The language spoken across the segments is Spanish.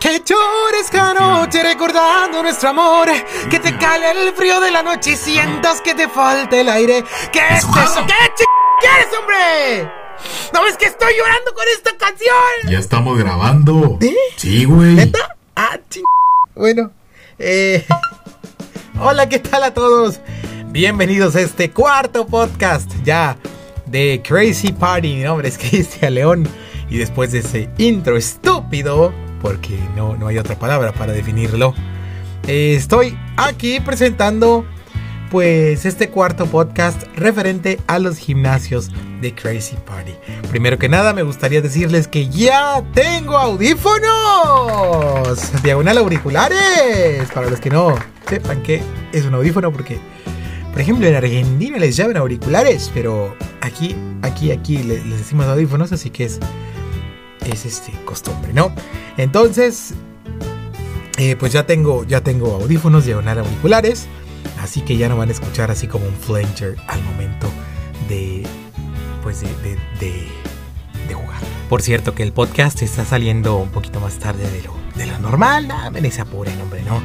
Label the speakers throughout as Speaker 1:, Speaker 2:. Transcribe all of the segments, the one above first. Speaker 1: Que llores esta noche recordando nuestro amor. Que te cale el frío de la noche y sientas que te falte el aire. ¿Qué es eso? ¿Qué ch quieres, hombre? ¿No ves que estoy llorando con esta canción?
Speaker 2: Ya estamos grabando.
Speaker 1: ¿Eh?
Speaker 2: Sí, güey.
Speaker 1: ¿Neta? Ah, ching. Bueno, eh. Hola, ¿qué tal a todos? Bienvenidos a este cuarto podcast ya de Crazy Party. Mi nombre es Cristian León. Y después de ese intro estúpido, porque no, no hay otra palabra para definirlo, eh, estoy aquí presentando pues este cuarto podcast referente a los gimnasios de Crazy Party. Primero que nada, me gustaría decirles que ya tengo audífonos. Diagonal auriculares. Para los que no sepan qué es un audífono, porque, por ejemplo, en Argentina les llaman auriculares, pero aquí, aquí, aquí le- les decimos audífonos, así que es, es este, costumbre, ¿no? Entonces, eh, pues ya tengo, ya tengo audífonos, diagonal auriculares. Así que ya no van a escuchar así como un flanger al momento de. Pues de, de, de- de jugar. Por cierto, que el podcast está saliendo un poquito más tarde de lo, de lo normal. Nah, me se apuren, hombre, no.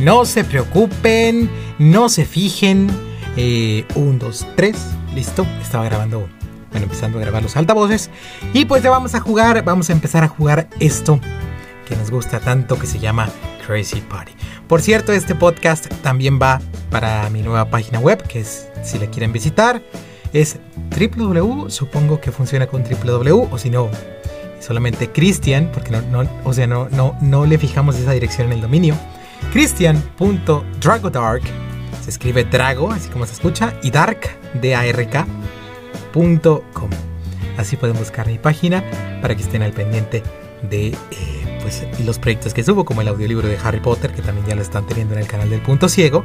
Speaker 1: No se preocupen, no se fijen. Eh, un, dos, tres, listo. Estaba grabando, bueno, empezando a grabar los altavoces. Y pues ya vamos a jugar, vamos a empezar a jugar esto que nos gusta tanto que se llama Crazy Party. Por cierto, este podcast también va para mi nueva página web, que es si la quieren visitar, es www, supongo que funciona con www o si no solamente Christian, porque no, no- o sea, no, no, no le fijamos esa dirección en el dominio. Christian.dragodark se escribe Drago, así como se escucha, y Dark, D-A-R-K, punto com. Así pueden buscar mi página para que estén al pendiente de eh, pues, los proyectos que subo, como el audiolibro de Harry Potter, que también ya lo están teniendo en el canal del Punto Ciego,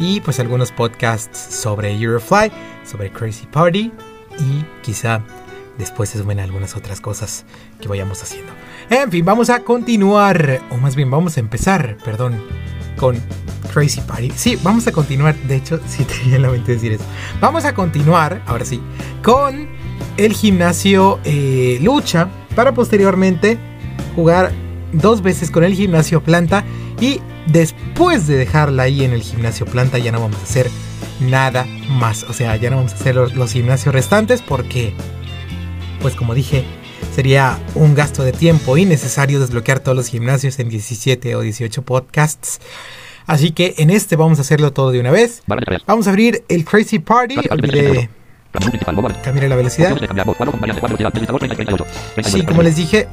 Speaker 1: y pues algunos podcasts sobre Eurofly, sobre Crazy Party, y quizá después se sumen algunas otras cosas que vayamos haciendo. En fin, vamos a continuar, o más bien vamos a empezar, perdón, con Crazy Party. Sí, vamos a continuar, de hecho, sí tenía en la mente decir eso. Vamos a continuar, ahora sí, con el gimnasio eh, lucha para posteriormente jugar dos veces con el gimnasio planta y después de dejarla ahí en el gimnasio planta ya no vamos a hacer nada más o sea ya no vamos a hacer los, los gimnasios restantes porque pues como dije sería un gasto de tiempo innecesario desbloquear todos los gimnasios en 17 o 18 podcasts así que en este vamos a hacerlo todo de una vez
Speaker 3: Barra de tareas.
Speaker 1: vamos a abrir el crazy party olvidé
Speaker 3: Menú este principal, mobile.
Speaker 1: cambiar la velocidad
Speaker 3: Opciones de cambiar voz, cuadro con varias de cuatro velocidad, 32, 30, 38.
Speaker 1: sí como les dije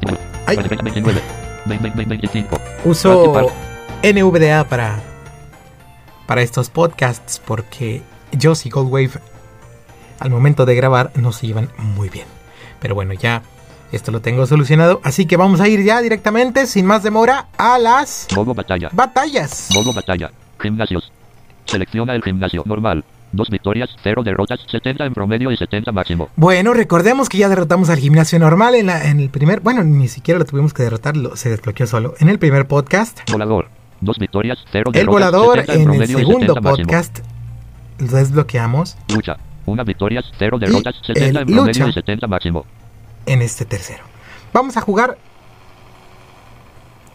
Speaker 1: ay.
Speaker 3: 29, 20, 25.
Speaker 1: uso NVDA para, para estos podcasts porque Joss y Goldwave al momento de grabar no se llevan muy bien. Pero bueno, ya esto lo tengo solucionado. Así que vamos a ir ya directamente, sin más demora, a las
Speaker 3: Modo batalla.
Speaker 1: batallas.
Speaker 3: Modo batalla. Gimnasios. Selecciona el gimnasio normal. Dos victorias, cero derrotas, 70 en promedio y 70 máximo.
Speaker 1: Bueno, recordemos que ya derrotamos al gimnasio normal en, la- en el primer... Bueno, ni siquiera lo tuvimos que derrotar, lo- se desbloqueó solo. En el primer podcast
Speaker 3: Volador. Dos victorias, cero
Speaker 1: El
Speaker 3: derrotas,
Speaker 1: volador
Speaker 3: 70 en
Speaker 1: en el
Speaker 3: promedio y
Speaker 1: segundo
Speaker 3: 70 máximo.
Speaker 1: podcast lo desbloqueamos
Speaker 3: Lucha. Una victoria, cero derrotas,
Speaker 1: el
Speaker 3: 70 en promedio
Speaker 1: lucha.
Speaker 3: y 70 máximo.
Speaker 1: en este tercero. Vamos a jugar.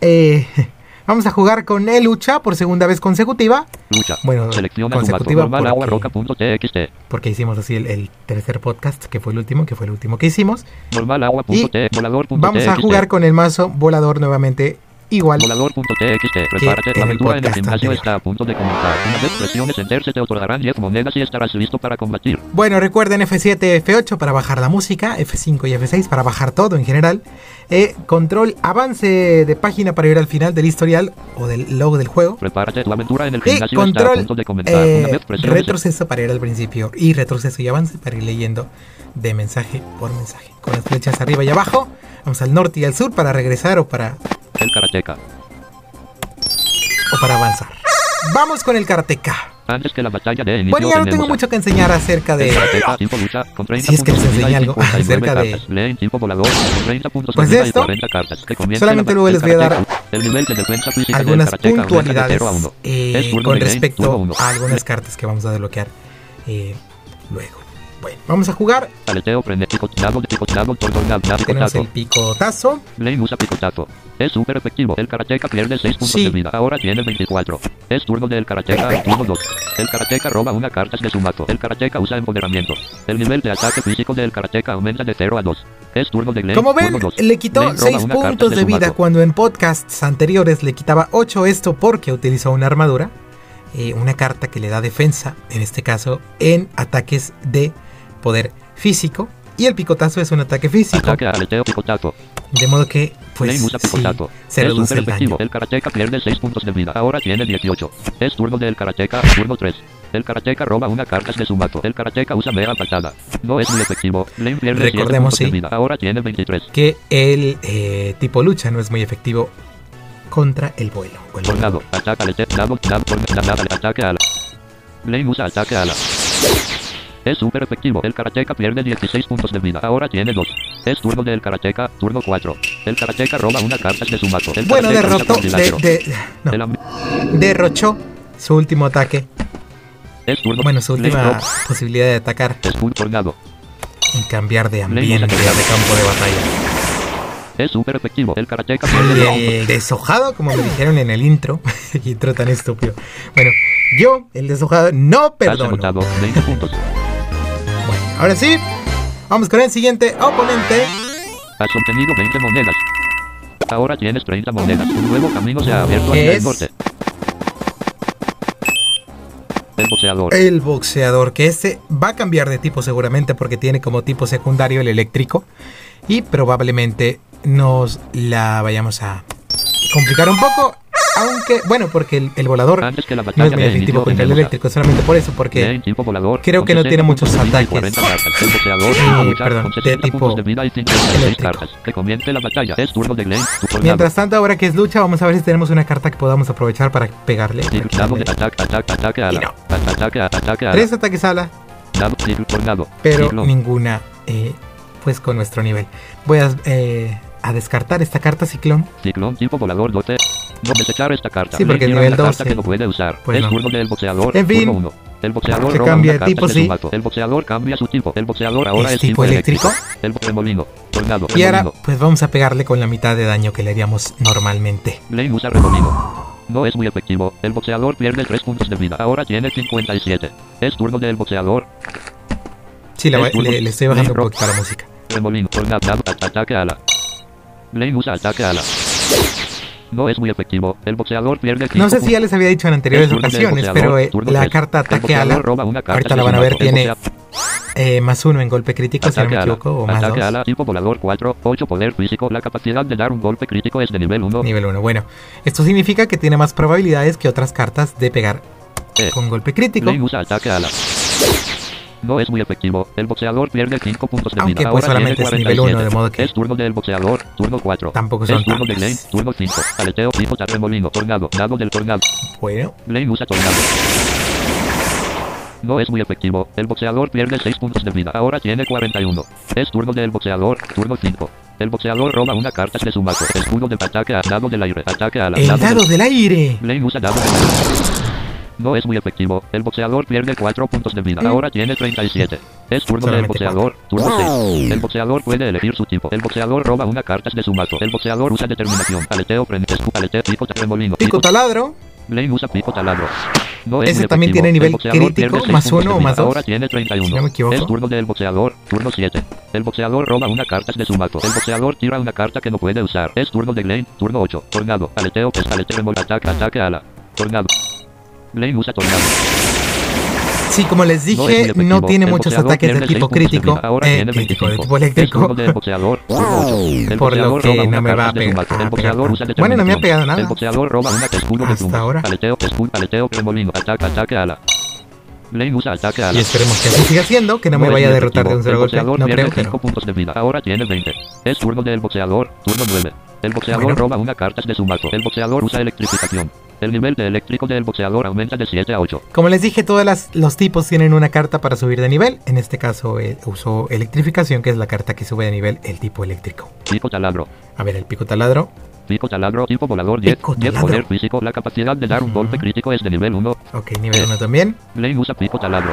Speaker 1: eh, vamos a jugar con el lucha por segunda vez consecutiva.
Speaker 3: Lucha.
Speaker 1: Bueno,
Speaker 3: Selecciona tu mazo
Speaker 1: consecutiva
Speaker 3: normal agua
Speaker 1: porque-
Speaker 3: roca.txt.
Speaker 1: Porque hicimos así el, el tercer podcast, que fue el último, que fue el último que hicimos.
Speaker 3: Normal agua
Speaker 1: Y
Speaker 3: punto T, volador punto
Speaker 1: Vamos a
Speaker 3: TXT.
Speaker 1: jugar con el mazo volador nuevamente. Igual.
Speaker 3: Volador punto TXT. Prepárate,
Speaker 1: en el
Speaker 3: la aventura en el
Speaker 1: podcast
Speaker 3: gimnasio
Speaker 1: anterior.
Speaker 3: está a punto de comenzar. Una vez presiones enter se te otorgarán 10 monedas y estarás listo para combatir.
Speaker 1: Bueno, recuerden F7, F8 para bajar la música, F5 y F6 para bajar todo en general. Eh, control avance de página para ir al final del historial o del logo del juego.
Speaker 3: Prepárate, la aventura en el
Speaker 1: Y
Speaker 3: gimnasio está a
Speaker 1: control
Speaker 3: punto de comenzar. Una
Speaker 1: eh,
Speaker 3: vez presiones
Speaker 1: retroceso para ir al principio y retroceso y avance para ir leyendo de mensaje por mensaje. Con las flechas arriba y abajo, vamos al norte y al sur para regresar o para,
Speaker 3: el karateka.
Speaker 1: o para avanzar. Vamos con el karateka.
Speaker 3: Antes que la batalla de inicio
Speaker 1: Bueno, ya no
Speaker 3: tenemos
Speaker 1: tengo
Speaker 3: a-
Speaker 1: mucho que enseñar acerca
Speaker 3: El
Speaker 1: de...
Speaker 3: karateka, cinco lucha, con 30
Speaker 1: Si es que les
Speaker 3: puntos de vida y
Speaker 1: enseñé algo
Speaker 3: 59
Speaker 1: acerca de-
Speaker 3: cartas. Leen cinco volador, con 30 puntos
Speaker 1: Pues
Speaker 3: de
Speaker 1: de
Speaker 3: vida y
Speaker 1: esto,
Speaker 3: 40 cartas. Que comience
Speaker 1: solamente
Speaker 3: la-
Speaker 1: luego
Speaker 3: el
Speaker 1: les voy a dar
Speaker 3: karateka. El nivel de defensa física del
Speaker 1: algunas
Speaker 3: karateka aumenta de
Speaker 1: puntualidades
Speaker 3: cero a uno.
Speaker 1: eh,
Speaker 3: Es turno
Speaker 1: con
Speaker 3: de game, turno
Speaker 1: respecto
Speaker 3: uno.
Speaker 1: a algunas cartas que vamos a desbloquear eh, luego. Bueno, vamos a jugar.
Speaker 3: Aleteo frenético, dragon, tico, dragon, tornado, nab, nab,
Speaker 1: Tenemos
Speaker 3: picotazo.
Speaker 1: el picotazo.
Speaker 3: Blaine usa picotazo. Es súper efectivo. El karateka pierde 6 puntos
Speaker 1: Sí.
Speaker 3: de vida. Ahora tiene 24. Es turno del karateka, turno 2. El karateka roba una carta de su mazo. El karateka usa empoderamiento. El nivel de ataque físico del karateka aumenta de 0 a 2. Es turno de Blaine,
Speaker 1: Como ven,
Speaker 3: turno 2.
Speaker 1: le quitó
Speaker 3: Blaine roba
Speaker 1: 6
Speaker 3: una carta
Speaker 1: puntos
Speaker 3: de
Speaker 1: de
Speaker 3: su
Speaker 1: vida
Speaker 3: mazo.
Speaker 1: cuando en podcasts anteriores le quitaba 8 esto porque utilizó una armadura, eh, una carta que le da defensa, en este caso en ataques de poder físico. Y el picotazo es un ataque físico,
Speaker 3: Ataque aleteo picotazo.
Speaker 1: de modo que pues
Speaker 3: Blaine usa
Speaker 1: sí,
Speaker 3: picotazo.
Speaker 1: se
Speaker 3: es
Speaker 1: reduce
Speaker 3: súper
Speaker 1: el daño.
Speaker 3: efectivo. El karateka pierde 6 puntos de vida. Ahora tiene 18. Es turno del karateka, turno 3. El karateka roba una carta de su mazo. El karateka usa mega patada. No es muy efectivo. Blaine pierde 7
Speaker 1: Recordemos,
Speaker 3: puntos de
Speaker 1: sí.
Speaker 3: vida. Ahora tiene 23.
Speaker 1: Que el eh, tipo lucha no es muy efectivo contra el vuelo. o el
Speaker 3: Tornado, ataca al este, dado, dado, por- da- da- ataque ala. Blaine usa ataque ala. Es súper efectivo. El karateka pierde 16 puntos de vida. Ahora tiene 2. Es turno del karateka, turno 4. El karateka roba una carta de su mazo. El
Speaker 1: Bueno,
Speaker 3: karateka
Speaker 1: derrotó,
Speaker 3: usa
Speaker 1: de-
Speaker 3: cuadrilátero.
Speaker 1: de- no,
Speaker 3: El am-
Speaker 1: derrochó su último ataque.
Speaker 3: es turno.
Speaker 1: Bueno, su
Speaker 3: Blaine
Speaker 1: última
Speaker 3: roba-
Speaker 1: posibilidad de atacar
Speaker 3: Es un tornado.
Speaker 1: en cambiar de
Speaker 3: Blaine
Speaker 1: ambiente, de
Speaker 3: usa picotazo.
Speaker 1: campo de batalla.
Speaker 3: Es súper efectivo. El karateka
Speaker 1: Y
Speaker 3: pierde
Speaker 1: el deshojado, como me dijeron en el intro, intro tan estúpido. Bueno, yo, el deshojado, no
Speaker 3: Has
Speaker 1: perdono.
Speaker 3: agotado 20 puntos.
Speaker 1: Bueno, ahora sí, vamos con el siguiente oponente.
Speaker 3: Has obtenido 20 monedas. Ahora tienes 30 monedas. Un nuevo camino se ha abierto
Speaker 1: ¿Qué
Speaker 3: hacia
Speaker 1: es?
Speaker 3: el norte. El boxeador.
Speaker 1: El boxeador, que este va a cambiar de tipo seguramente porque tiene como tipo secundario el eléctrico. Y probablemente nos la vayamos a complicar un poco. Aunque, bueno, porque el, el volador
Speaker 3: Antes que la
Speaker 1: no
Speaker 3: batalla
Speaker 1: es muy
Speaker 3: de inicio
Speaker 1: efectivo contra Ah, el
Speaker 3: tenemos a-
Speaker 1: eléctrico, solamente por eso, porque
Speaker 3: Blaine tipo volador,
Speaker 1: creo que
Speaker 3: con
Speaker 1: no tiene
Speaker 3: 60
Speaker 1: muchos
Speaker 3: puntos de vida y
Speaker 1: ataques.
Speaker 3: 40 cartas. El boxeador,
Speaker 1: Eh,
Speaker 3: va a luchar
Speaker 1: perdón,
Speaker 3: con
Speaker 1: de
Speaker 3: 60
Speaker 1: tipo
Speaker 3: puntos de vida y 56
Speaker 1: eléctrico.
Speaker 3: cartas. Que comience la batalla. Es turno de Blaine, tu tornado.
Speaker 1: Mientras tanto, ahora que es lucha, vamos a ver si tenemos una carta que podamos aprovechar para pegarle.
Speaker 3: Tigre, dado de ataque, ataque, ataque a
Speaker 1: Y
Speaker 3: la.
Speaker 1: no.
Speaker 3: At- Ataque, a- ataque a la.
Speaker 1: Tres ataques a ala,
Speaker 3: Dado, tigre, tornado.
Speaker 1: pero
Speaker 3: Siglo.
Speaker 1: ninguna eh, pues con nuestro nivel. Voy a, eh, a descartar esta carta ciclón.
Speaker 3: Ciclón tipo volador 12. No desechar esta carta.
Speaker 1: Sí, porque
Speaker 3: Blaine
Speaker 1: el
Speaker 3: tira
Speaker 1: nivel
Speaker 3: una carta
Speaker 1: 12.
Speaker 3: que no puede usar.
Speaker 1: Pues
Speaker 3: es
Speaker 1: no.
Speaker 3: turno del boxeador.
Speaker 1: En fin.
Speaker 3: turno uno. El boxeador
Speaker 1: Que
Speaker 3: roba
Speaker 1: cambia
Speaker 3: una
Speaker 1: de tipo,
Speaker 3: carta de
Speaker 1: sí.
Speaker 3: su mazo. El boxeador cambia su tipo. El boxeador ahora
Speaker 1: ¿Es
Speaker 3: es,
Speaker 1: tipo eléctrico?
Speaker 3: El bo- remolino. Tornado.
Speaker 1: Y ahora,
Speaker 3: remolino.
Speaker 1: pues vamos a pegarle con la mitad de daño que le haríamos normalmente.
Speaker 3: Blaine usa remolino. No es muy efectivo. El boxeador pierde 3 puntos de vida. Ahora tiene 57. Es turno del boxeador.
Speaker 1: Sí, la
Speaker 3: Es
Speaker 1: voy-
Speaker 3: turno.
Speaker 1: le, le estoy bajando un
Speaker 3: Negro.
Speaker 1: poquito la música.
Speaker 3: Remolino. Tornado. At- Ataque ala. Blaine usa ataque ala. No es muy efectivo. El boxeador pierde 5
Speaker 1: No sé si ya les había dicho en anteriores
Speaker 3: Turno del
Speaker 1: ocasiones,
Speaker 3: boxeador,
Speaker 1: pero eh,
Speaker 3: turno
Speaker 1: la
Speaker 3: tres.
Speaker 1: carta
Speaker 3: El
Speaker 1: ataque
Speaker 3: boxeador
Speaker 1: ala,
Speaker 3: roba una carta
Speaker 1: ahorita
Speaker 3: de
Speaker 1: la
Speaker 3: su
Speaker 1: van a ver,
Speaker 3: mazo. El
Speaker 1: tiene
Speaker 3: boxeador-
Speaker 1: eh, más uno en golpe crítico, si no me
Speaker 3: Ataque ala.
Speaker 1: equivoco, o más
Speaker 3: Ataque
Speaker 1: dos.
Speaker 3: ala, tipo volador 4, 8 poder físico, la capacidad de dar un golpe crítico es de nivel 1.
Speaker 1: Nivel 1. Bueno, esto significa que tiene más probabilidades que otras cartas de pegar
Speaker 3: Eh.
Speaker 1: con golpe crítico.
Speaker 3: Blaine usa ataque ala. No es muy efectivo. El boxeador pierde 5 puntos de
Speaker 1: Aunque,
Speaker 3: vida.
Speaker 1: pues,
Speaker 3: Ahora
Speaker 1: solamente
Speaker 3: tiene
Speaker 1: es nivel
Speaker 3: 47.
Speaker 1: uno, de modo que-
Speaker 3: Es turno del boxeador, turno 4.
Speaker 1: Tampoco
Speaker 3: es
Speaker 1: son
Speaker 3: turno de
Speaker 1: tantas.
Speaker 3: Blaine, turno 5. Aleteo, tipo terremolino, tornado, dado del tornado.
Speaker 1: Bueno,
Speaker 3: Blaine usa tornado. No es muy efectivo. El boxeador pierde 6 puntos de vida. Ahora tiene 41. Es turno del boxeador, turno 5. El boxeador roba una carta de su mazo. Escudo de ataque a dado del aire. Ataque a la
Speaker 1: el dado del aire.
Speaker 3: Blaine usa dado del aire. No es muy efectivo. El boxeador pierde 4 puntos de
Speaker 1: Eh.
Speaker 3: vida. Ahora tiene 37. Es turno del
Speaker 1: Solamente
Speaker 3: boxeador, turno
Speaker 1: Oh.
Speaker 3: 6. El boxeador puede elegir su tipo. El boxeador roba una carta de su mazo. El boxeador usa determinación. Aleteo, frente, escu- aleteo, pico, remolino.
Speaker 1: Pico taladro.
Speaker 3: Blaine usa pico taladro. No es
Speaker 1: Ese
Speaker 3: muy
Speaker 1: también
Speaker 3: efectivo.
Speaker 1: tiene nivel
Speaker 3: El boxeador
Speaker 1: crítico,
Speaker 3: pierde seis
Speaker 1: más
Speaker 3: puntos
Speaker 1: uno
Speaker 3: de
Speaker 1: o
Speaker 3: vida.
Speaker 1: más dos.
Speaker 3: Ahora tiene 31.
Speaker 1: Si no me equivoco.
Speaker 3: Es turno del boxeador, turno 7. El boxeador roba una carta de su mazo. El boxeador tira una carta que no puede usar. Es turno de Blaine, turno 8. Tornado, aleteo, es aleteo, remol, ataque, ataque, ala. Tornado. Blaine usa tornado.
Speaker 1: Sí, como les
Speaker 3: No es muy
Speaker 1: dije,
Speaker 3: efectivo.
Speaker 1: no tiene
Speaker 3: El
Speaker 1: muchos
Speaker 3: boxeador
Speaker 1: ataques de
Speaker 3: pierde seis
Speaker 1: tipo
Speaker 3: puntos de
Speaker 1: crítico.
Speaker 3: vida. Ahora
Speaker 1: eh,
Speaker 3: tiene
Speaker 1: crítico, de
Speaker 3: 25.
Speaker 1: tipo
Speaker 3: Es
Speaker 1: eléctrico.
Speaker 3: turno del boxeador, turno 8. El
Speaker 1: Por lo
Speaker 3: boxeador
Speaker 1: que
Speaker 3: roba una
Speaker 1: no me va
Speaker 3: carta
Speaker 1: a
Speaker 3: de su
Speaker 1: pegar-
Speaker 3: mazo.
Speaker 1: a
Speaker 3: El
Speaker 1: pegar
Speaker 3: boxeador
Speaker 1: tanto.
Speaker 3: usa
Speaker 1: Bueno, no me ha
Speaker 3: determinación.
Speaker 1: pegado nada.
Speaker 3: El boxeador roba una escudo de
Speaker 1: Hasta
Speaker 3: pluma.
Speaker 1: ahora.
Speaker 3: Aleteo, escudo, aleteo, remolino, ataque, ataque, ala. Blaine usa ataque, ala.
Speaker 1: Y esperemos que así siga siendo, que no me
Speaker 3: es
Speaker 1: vaya a
Speaker 3: muy
Speaker 1: derrotar de
Speaker 3: efectivo.
Speaker 1: un solo
Speaker 3: El
Speaker 1: golpe.
Speaker 3: boxeador
Speaker 1: No
Speaker 3: pierde
Speaker 1: creo,
Speaker 3: cinco
Speaker 1: pero
Speaker 3: puntos de vida. Ahora tiene 20. Es turno del boxeador, turno 9. El boxeador
Speaker 1: Bueno.
Speaker 3: roba una carta de su mazo. El boxeador usa electrificación. El nivel de eléctrico del boxeador aumenta de 7 a 8.
Speaker 1: como les dije, todos los tipos tienen una carta para subir de nivel. En este caso eh, usó electrificación, que es la carta que sube de nivel el tipo eléctrico.
Speaker 3: Pico taladro.
Speaker 1: A ver, el pico taladro.
Speaker 3: Pico taladro tipo volador 10.
Speaker 1: Pico
Speaker 3: 10
Speaker 1: taladro. Mm.
Speaker 3: poder físico. La capacidad de dar un golpe crítico es de nivel 1.
Speaker 1: Ok, nivel 1 también.
Speaker 3: Blaine usa pico taladro.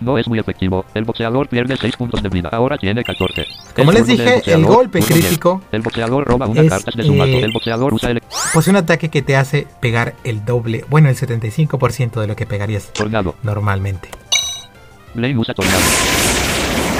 Speaker 3: No es muy efectivo. El boxeador pierde 6 puntos de vida. Ahora tiene 14.
Speaker 1: Como
Speaker 3: El
Speaker 1: les
Speaker 3: turno del
Speaker 1: dije, el
Speaker 3: boxeador,
Speaker 1: golpe
Speaker 3: turno diez.
Speaker 1: crítico,
Speaker 3: El boxeador roba una
Speaker 1: es,
Speaker 3: carta de su mazo.
Speaker 1: eh,
Speaker 3: El boxeador usa el
Speaker 1: pues un ataque que te hace pegar el doble, bueno, el 75% de lo que pegarías
Speaker 3: tornado.
Speaker 1: normalmente.
Speaker 3: Blaine usa tornado.